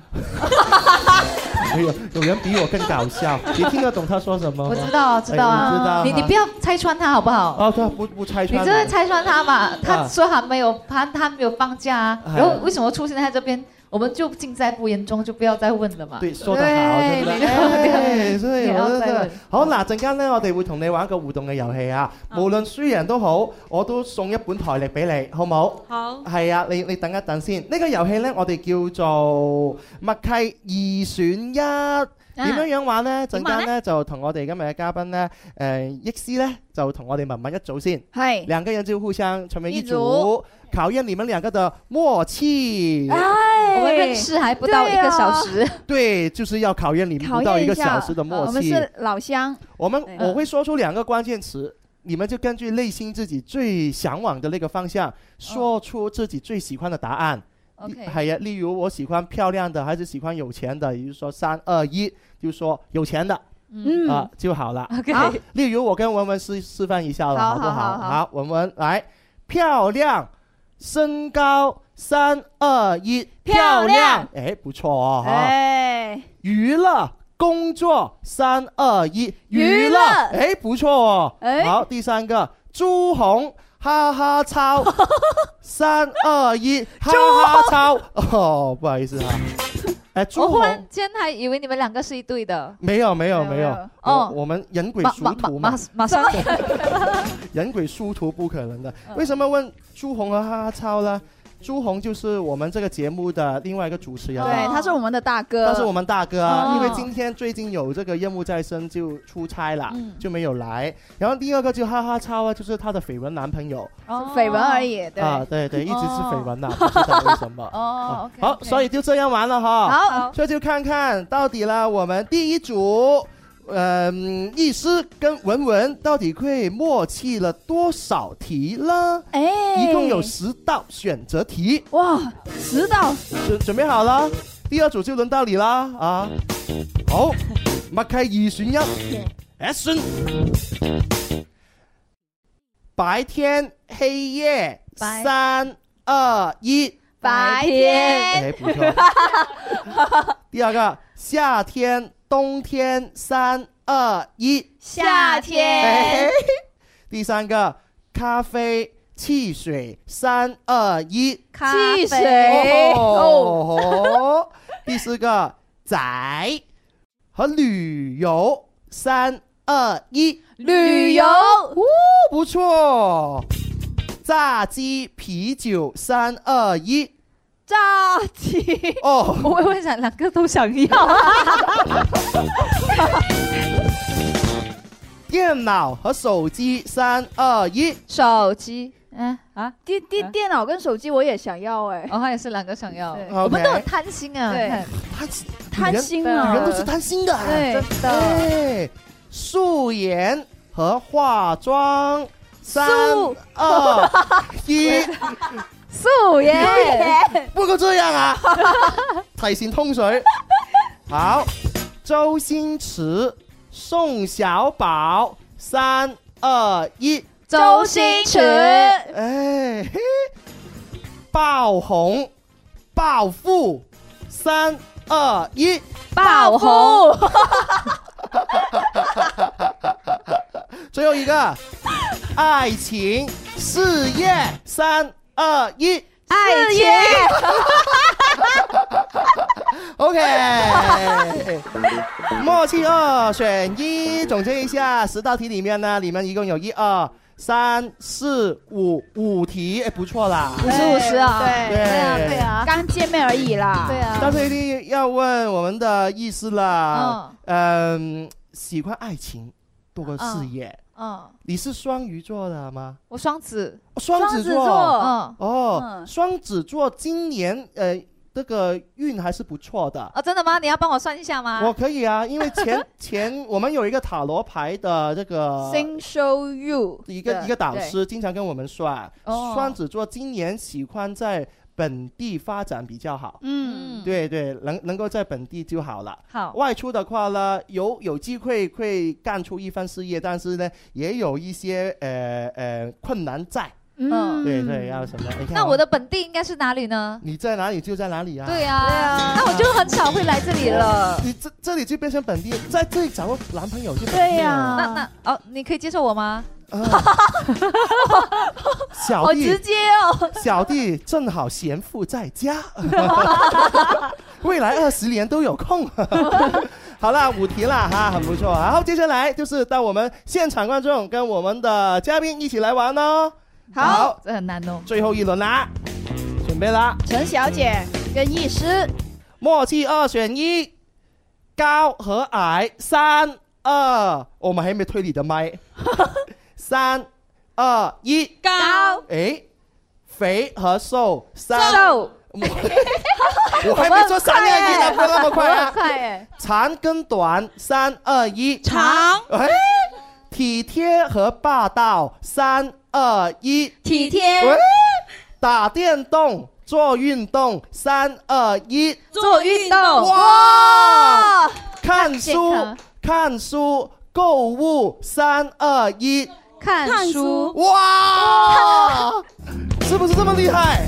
Speaker 3: 哎呦，有人比我更搞笑，你聽得懂他說什麼嗎？
Speaker 4: 我知道，知道
Speaker 3: 哎你知道
Speaker 4: 啊。你你不要拆穿他好不好？
Speaker 3: 哦，对啊，不不拆
Speaker 4: 你
Speaker 3: 穿
Speaker 4: 这
Speaker 3: 的。
Speaker 4: 是拆穿他嘛？
Speaker 3: 啊
Speaker 4: 他说还没有，他他没有放假啊，
Speaker 3: 哎
Speaker 4: 然后为什么出现在这边？我们就尽在不言中，就不要再问了嘛。
Speaker 3: 對，說得好，真
Speaker 4: 你
Speaker 3: 係
Speaker 4: 哎
Speaker 3: 唉所以
Speaker 4: 不
Speaker 3: 我
Speaker 4: 要
Speaker 3: 真
Speaker 4: 再
Speaker 3: 係
Speaker 4: 問。
Speaker 3: 好嗱，陣間咧，我哋會同你玩一個互動嘅遊戲啊。無論輸贏都好，我都送一本台歷俾你，好唔好？
Speaker 18: 好，
Speaker 3: 係啊，你你等一等先。呢個遊戲呢，我哋叫做默契二選一。啊點
Speaker 4: 啊
Speaker 3: 樣樣玩呢？陣間呢，就同我哋今日嘅嘉賓呢，誒憶詩呢，就同我哋文文一組先。
Speaker 12: 係
Speaker 3: 兩個人就互相成為一
Speaker 12: 一組
Speaker 3: 組，啊考驗你們兩個的默契。
Speaker 12: 哎
Speaker 4: 我们认识还不到一个小时，
Speaker 3: 对，就是要考验你们
Speaker 12: 考
Speaker 3: 不到
Speaker 12: 验
Speaker 3: 一
Speaker 12: 一
Speaker 3: 个
Speaker 12: 下
Speaker 3: 小时的
Speaker 12: 呃
Speaker 3: 默
Speaker 12: 我们
Speaker 3: 契。
Speaker 12: 是老乡，
Speaker 3: 我们我会说出两个关键词，你们就根据内心自己最向往的那个方向，说出自己最喜欢的答案。
Speaker 12: OK
Speaker 3: 还有例如我喜欢漂亮的还是喜欢有钱的，也就是说三二一，就说有钱的，
Speaker 4: 嗯
Speaker 3: 啊就好了。
Speaker 4: OK
Speaker 3: 好例如我跟文文示示范一下了，
Speaker 4: 好
Speaker 3: 不好？
Speaker 4: 好好好
Speaker 3: 好，文文来，漂亮，身高，三二一，漂亮，哎，不错哦，哈。
Speaker 4: 哎，
Speaker 3: 娱乐工作，三二一，
Speaker 4: 娱乐
Speaker 3: 哎，不错哦。
Speaker 4: 哎
Speaker 3: 好，第三个朱红，哈哈超，三二一，哈哈超。哦，不好意思啊，哎，朱
Speaker 12: 我忽
Speaker 3: 红
Speaker 12: 然。间还以为你们两个是一对的，
Speaker 3: 没有没有没有，
Speaker 12: 哦
Speaker 3: 我我们人鬼
Speaker 12: 马
Speaker 3: 殊
Speaker 12: 马马
Speaker 3: 途
Speaker 12: 马
Speaker 3: 嘛，
Speaker 12: 马上
Speaker 3: 人鬼殊途不可能的。为什么问朱红和哈哈超呢？朱红就是我们这个节目的另外一个主持人啊，
Speaker 4: 对，他是我们的大哥，
Speaker 3: 但是我们大哥啊，
Speaker 4: 呃哦
Speaker 3: 因为今天最近有这个任务在身，就出差了
Speaker 4: 嗯，
Speaker 3: 就没有来。然后第二个就哈哈超啊，就是她的绯闻男朋友
Speaker 4: 绯闻而已，对
Speaker 3: 啊，对对，一直是绯闻呐，啊不知道为什么。 啊
Speaker 4: 哦，OK，
Speaker 3: 好，所以就这样玩了哈。
Speaker 4: 好
Speaker 3: 这就看看到底了，我们第一组。嗯，意思跟文文到底会默契了多少题了？
Speaker 4: 哎
Speaker 3: 一共有十道选择题。
Speaker 4: 哇，十道！
Speaker 3: 准准备好了，第二组就轮到你啦啊！好，默契二选一，action！白天黑夜，
Speaker 4: 白
Speaker 3: 三二一，
Speaker 4: 白天
Speaker 3: 哎，不错。第二个，夏天、冬天，三二一，
Speaker 4: 夏天
Speaker 3: 哎第三个，咖啡、汽水，三二一，
Speaker 4: 咖汽啡水
Speaker 3: 哦吼。第四个，仔和旅游，三二一，
Speaker 4: 旅游
Speaker 3: 哦，不错。炸鸡、啤酒，三二一，
Speaker 4: 炸鸡
Speaker 3: 哦，
Speaker 12: 我会想两个都想要，
Speaker 3: 电脑和手机，三二一，
Speaker 12: 手机，嗯哦啊，
Speaker 4: 电电电脑跟手机我也想要哎，
Speaker 12: 我也是两个想要，
Speaker 4: 对
Speaker 12: 我们都很
Speaker 3: OK
Speaker 12: 贪心啊，
Speaker 4: 对
Speaker 12: 看
Speaker 3: 贪
Speaker 4: 贪心啊
Speaker 3: 女人都是贪心的，
Speaker 4: 对真的
Speaker 3: 哎素颜和化妆，三
Speaker 4: 素
Speaker 3: 二一，
Speaker 12: 素颜，
Speaker 3: 不过这样啊， 提前通水。好，周星驰、宋小宝，三二一，
Speaker 12: 周星驰，
Speaker 3: 哎，嘿爆红，暴富，三二一。
Speaker 12: 爆红，
Speaker 3: 最后一个，爱情、事业，三二一
Speaker 12: 爱情，
Speaker 3: ，OK。默契二选一，总结一下，十道题里面呢，你们一共有一二三四五五题，哎，不错啦。
Speaker 12: 五十五十啊，
Speaker 4: 对
Speaker 3: 对
Speaker 12: 啊，对啊，
Speaker 4: 刚见面而已啦，
Speaker 12: 对啊，
Speaker 3: 但是一定要问我们的意思啦，嗯、喜欢爱情多过事业。
Speaker 12: 嗯，
Speaker 3: 你是双鱼座的吗？
Speaker 12: 我双子，
Speaker 3: 哦双子座。
Speaker 12: 嗯，
Speaker 3: 哦
Speaker 4: 嗯，
Speaker 3: 双子座今年呃这个运还是不错的。
Speaker 12: 哦，真的吗？你要帮我算一下吗？
Speaker 3: 我可以啊，因为 前前我们有一个塔罗牌的这个
Speaker 4: Sing Show You
Speaker 3: 一个
Speaker 4: 对
Speaker 3: 一个导师，经常跟我们算，
Speaker 12: 哦
Speaker 3: 双子座今年喜欢在本地发展比较好。
Speaker 4: 嗯，
Speaker 3: 对对，能能够在本地就好了。
Speaker 12: 好，
Speaker 3: 外出的话呢，有有机会会干出一番事业，但是呢，也有一些呃呃困难在。
Speaker 12: 嗯
Speaker 3: 对对，要什么？你看
Speaker 12: 那我的
Speaker 3: 的
Speaker 12: 本地应该是哪里呢？
Speaker 3: 你在哪里就在哪里啊。
Speaker 12: 对呀，那我就很少会来这里了。
Speaker 3: 你这这里就变成本地，在这里找个男朋友就本地
Speaker 4: 对
Speaker 3: 了
Speaker 12: 那
Speaker 4: 呀，
Speaker 12: 那哦，你可以接受我吗？
Speaker 3: 小
Speaker 12: 好
Speaker 3: 弟
Speaker 12: 直接哦，
Speaker 3: 小弟正好闲赋在 家，未来二十年都有空。 好啦，五题啦哈，很不错啊。好，接下来就是到我们现场观众跟我们的嘉宾一起来玩哦。好，
Speaker 12: 这很难哦。
Speaker 3: 最后一轮啦，准备啦，
Speaker 4: 陈小姐跟医师，
Speaker 3: 默契二选一，高和矮，三二，我们还没推你的麦， 三二一。
Speaker 4: 高
Speaker 3: 诶，肥和瘦，三，
Speaker 12: 瘦，
Speaker 3: 我还 没说三二一呢，不要那么快
Speaker 4: 我很
Speaker 3: 啊！
Speaker 4: 快哎，
Speaker 3: 长跟短，三二 一，
Speaker 7: 长
Speaker 3: 诶，体贴和 霸道，三二一，
Speaker 12: 体贴
Speaker 3: 喂打电动做运动，三二一，
Speaker 12: 做运动
Speaker 3: 哇
Speaker 12: 哇！
Speaker 3: 看书
Speaker 12: 看健康，
Speaker 3: 看书，购物，三二一，
Speaker 12: 看书
Speaker 3: 哇！是不是这么厉害？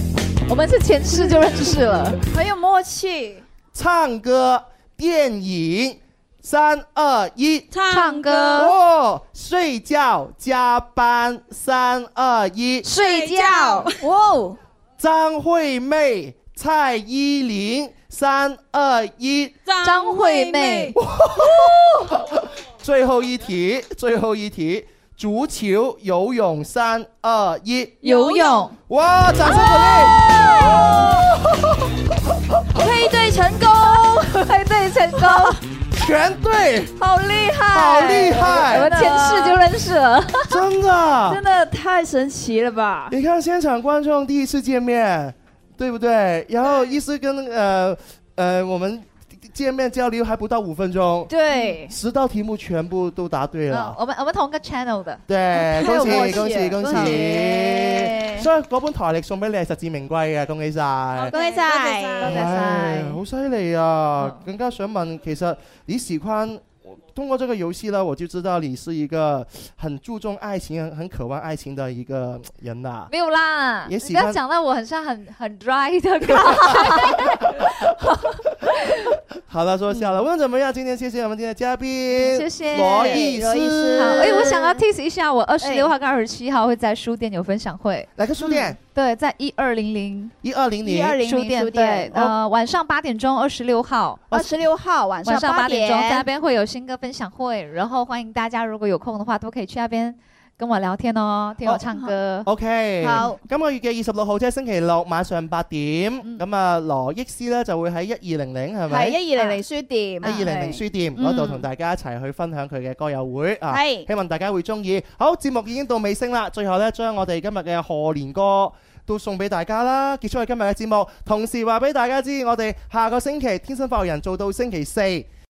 Speaker 12: 我们是前世就认识了，
Speaker 4: 很有默契。
Speaker 3: 唱歌，电影，三二一，
Speaker 12: 唱歌
Speaker 3: 哦，睡觉，加班，三二一，
Speaker 12: 睡 觉
Speaker 3: 哇哦！张惠妹，蔡依林，三二一，
Speaker 12: 张惠妹，
Speaker 3: 最后一题，最后一题，足球、游泳，三二一，
Speaker 12: 游泳，
Speaker 3: 哇，掌声鼓励！
Speaker 12: 配对成功，配对成功，
Speaker 3: 全对，
Speaker 12: 好厉害，
Speaker 3: 好厉害
Speaker 12: 我们前世就认识了，
Speaker 3: 真的，
Speaker 12: 真的太神奇了吧？
Speaker 3: 你看现场观众第一次见面，对不对？然后医师跟呃呃我们见面交流还不到五分钟，
Speaker 12: 对哦
Speaker 3: 十道题目全部都答对了。
Speaker 12: 我们我们同一个 channel 的，
Speaker 3: 对，
Speaker 12: 太
Speaker 3: 恭
Speaker 12: 有默
Speaker 3: 喜
Speaker 12: 契啊
Speaker 3: 恭喜恭喜！
Speaker 12: 恭喜
Speaker 3: 所以嗰本台歷送俾你係實至名歸嘅，恭喜晒！
Speaker 4: 恭喜晒，
Speaker 12: 多謝
Speaker 3: 唉
Speaker 12: 晒，
Speaker 3: 哎好犀利啊！更加想問，其實你喜歡通過這個遊戲呢，我就知道你是一個很注重愛情、很很渴望愛情的一个人啦、
Speaker 12: 没有啦，
Speaker 3: 也
Speaker 12: 你
Speaker 3: 喜
Speaker 12: 不
Speaker 3: 欢
Speaker 12: 要讲到我很像很很 dry 的 感觉。
Speaker 3: 好了，说笑了。无论怎么样，今天谢谢我们今天的嘉宾，
Speaker 12: 谢谢
Speaker 3: 罗毅师。
Speaker 12: 好，哎，我想要 tease 一下，我二十六号跟二十七号会在书店有分享会。
Speaker 3: 哪个书店？
Speaker 12: 对，在一二零零
Speaker 3: 一二零零
Speaker 12: 书店。对，呃，晚上八点哎钟，二十六号。
Speaker 4: 二十六号晚上
Speaker 12: 晚上八
Speaker 4: 点
Speaker 12: 点钟，在那边会有新歌分享会，然后欢迎大家如果有空的话，都可以去那边跟我聊天哦，听我唱歌。
Speaker 3: OK，
Speaker 12: 好
Speaker 3: 今個月嘅二十六號即係星期六晚上八點，咁啊羅益師咧就會喺一二零零係咪？
Speaker 4: 係一二零零書店，啊嗯
Speaker 3: 喺二零零書店嗰度同大家一齊去分享佢嘅歌友會啊！
Speaker 4: 係
Speaker 3: 希望大家會中意。好，節目已經到尾聲啦，最後呢，將我哋今日嘅賀年歌都送俾大家啦，結束我哋今日嘅節目。同時話俾大家知，我哋下個星期《天生發育人》做到星期四。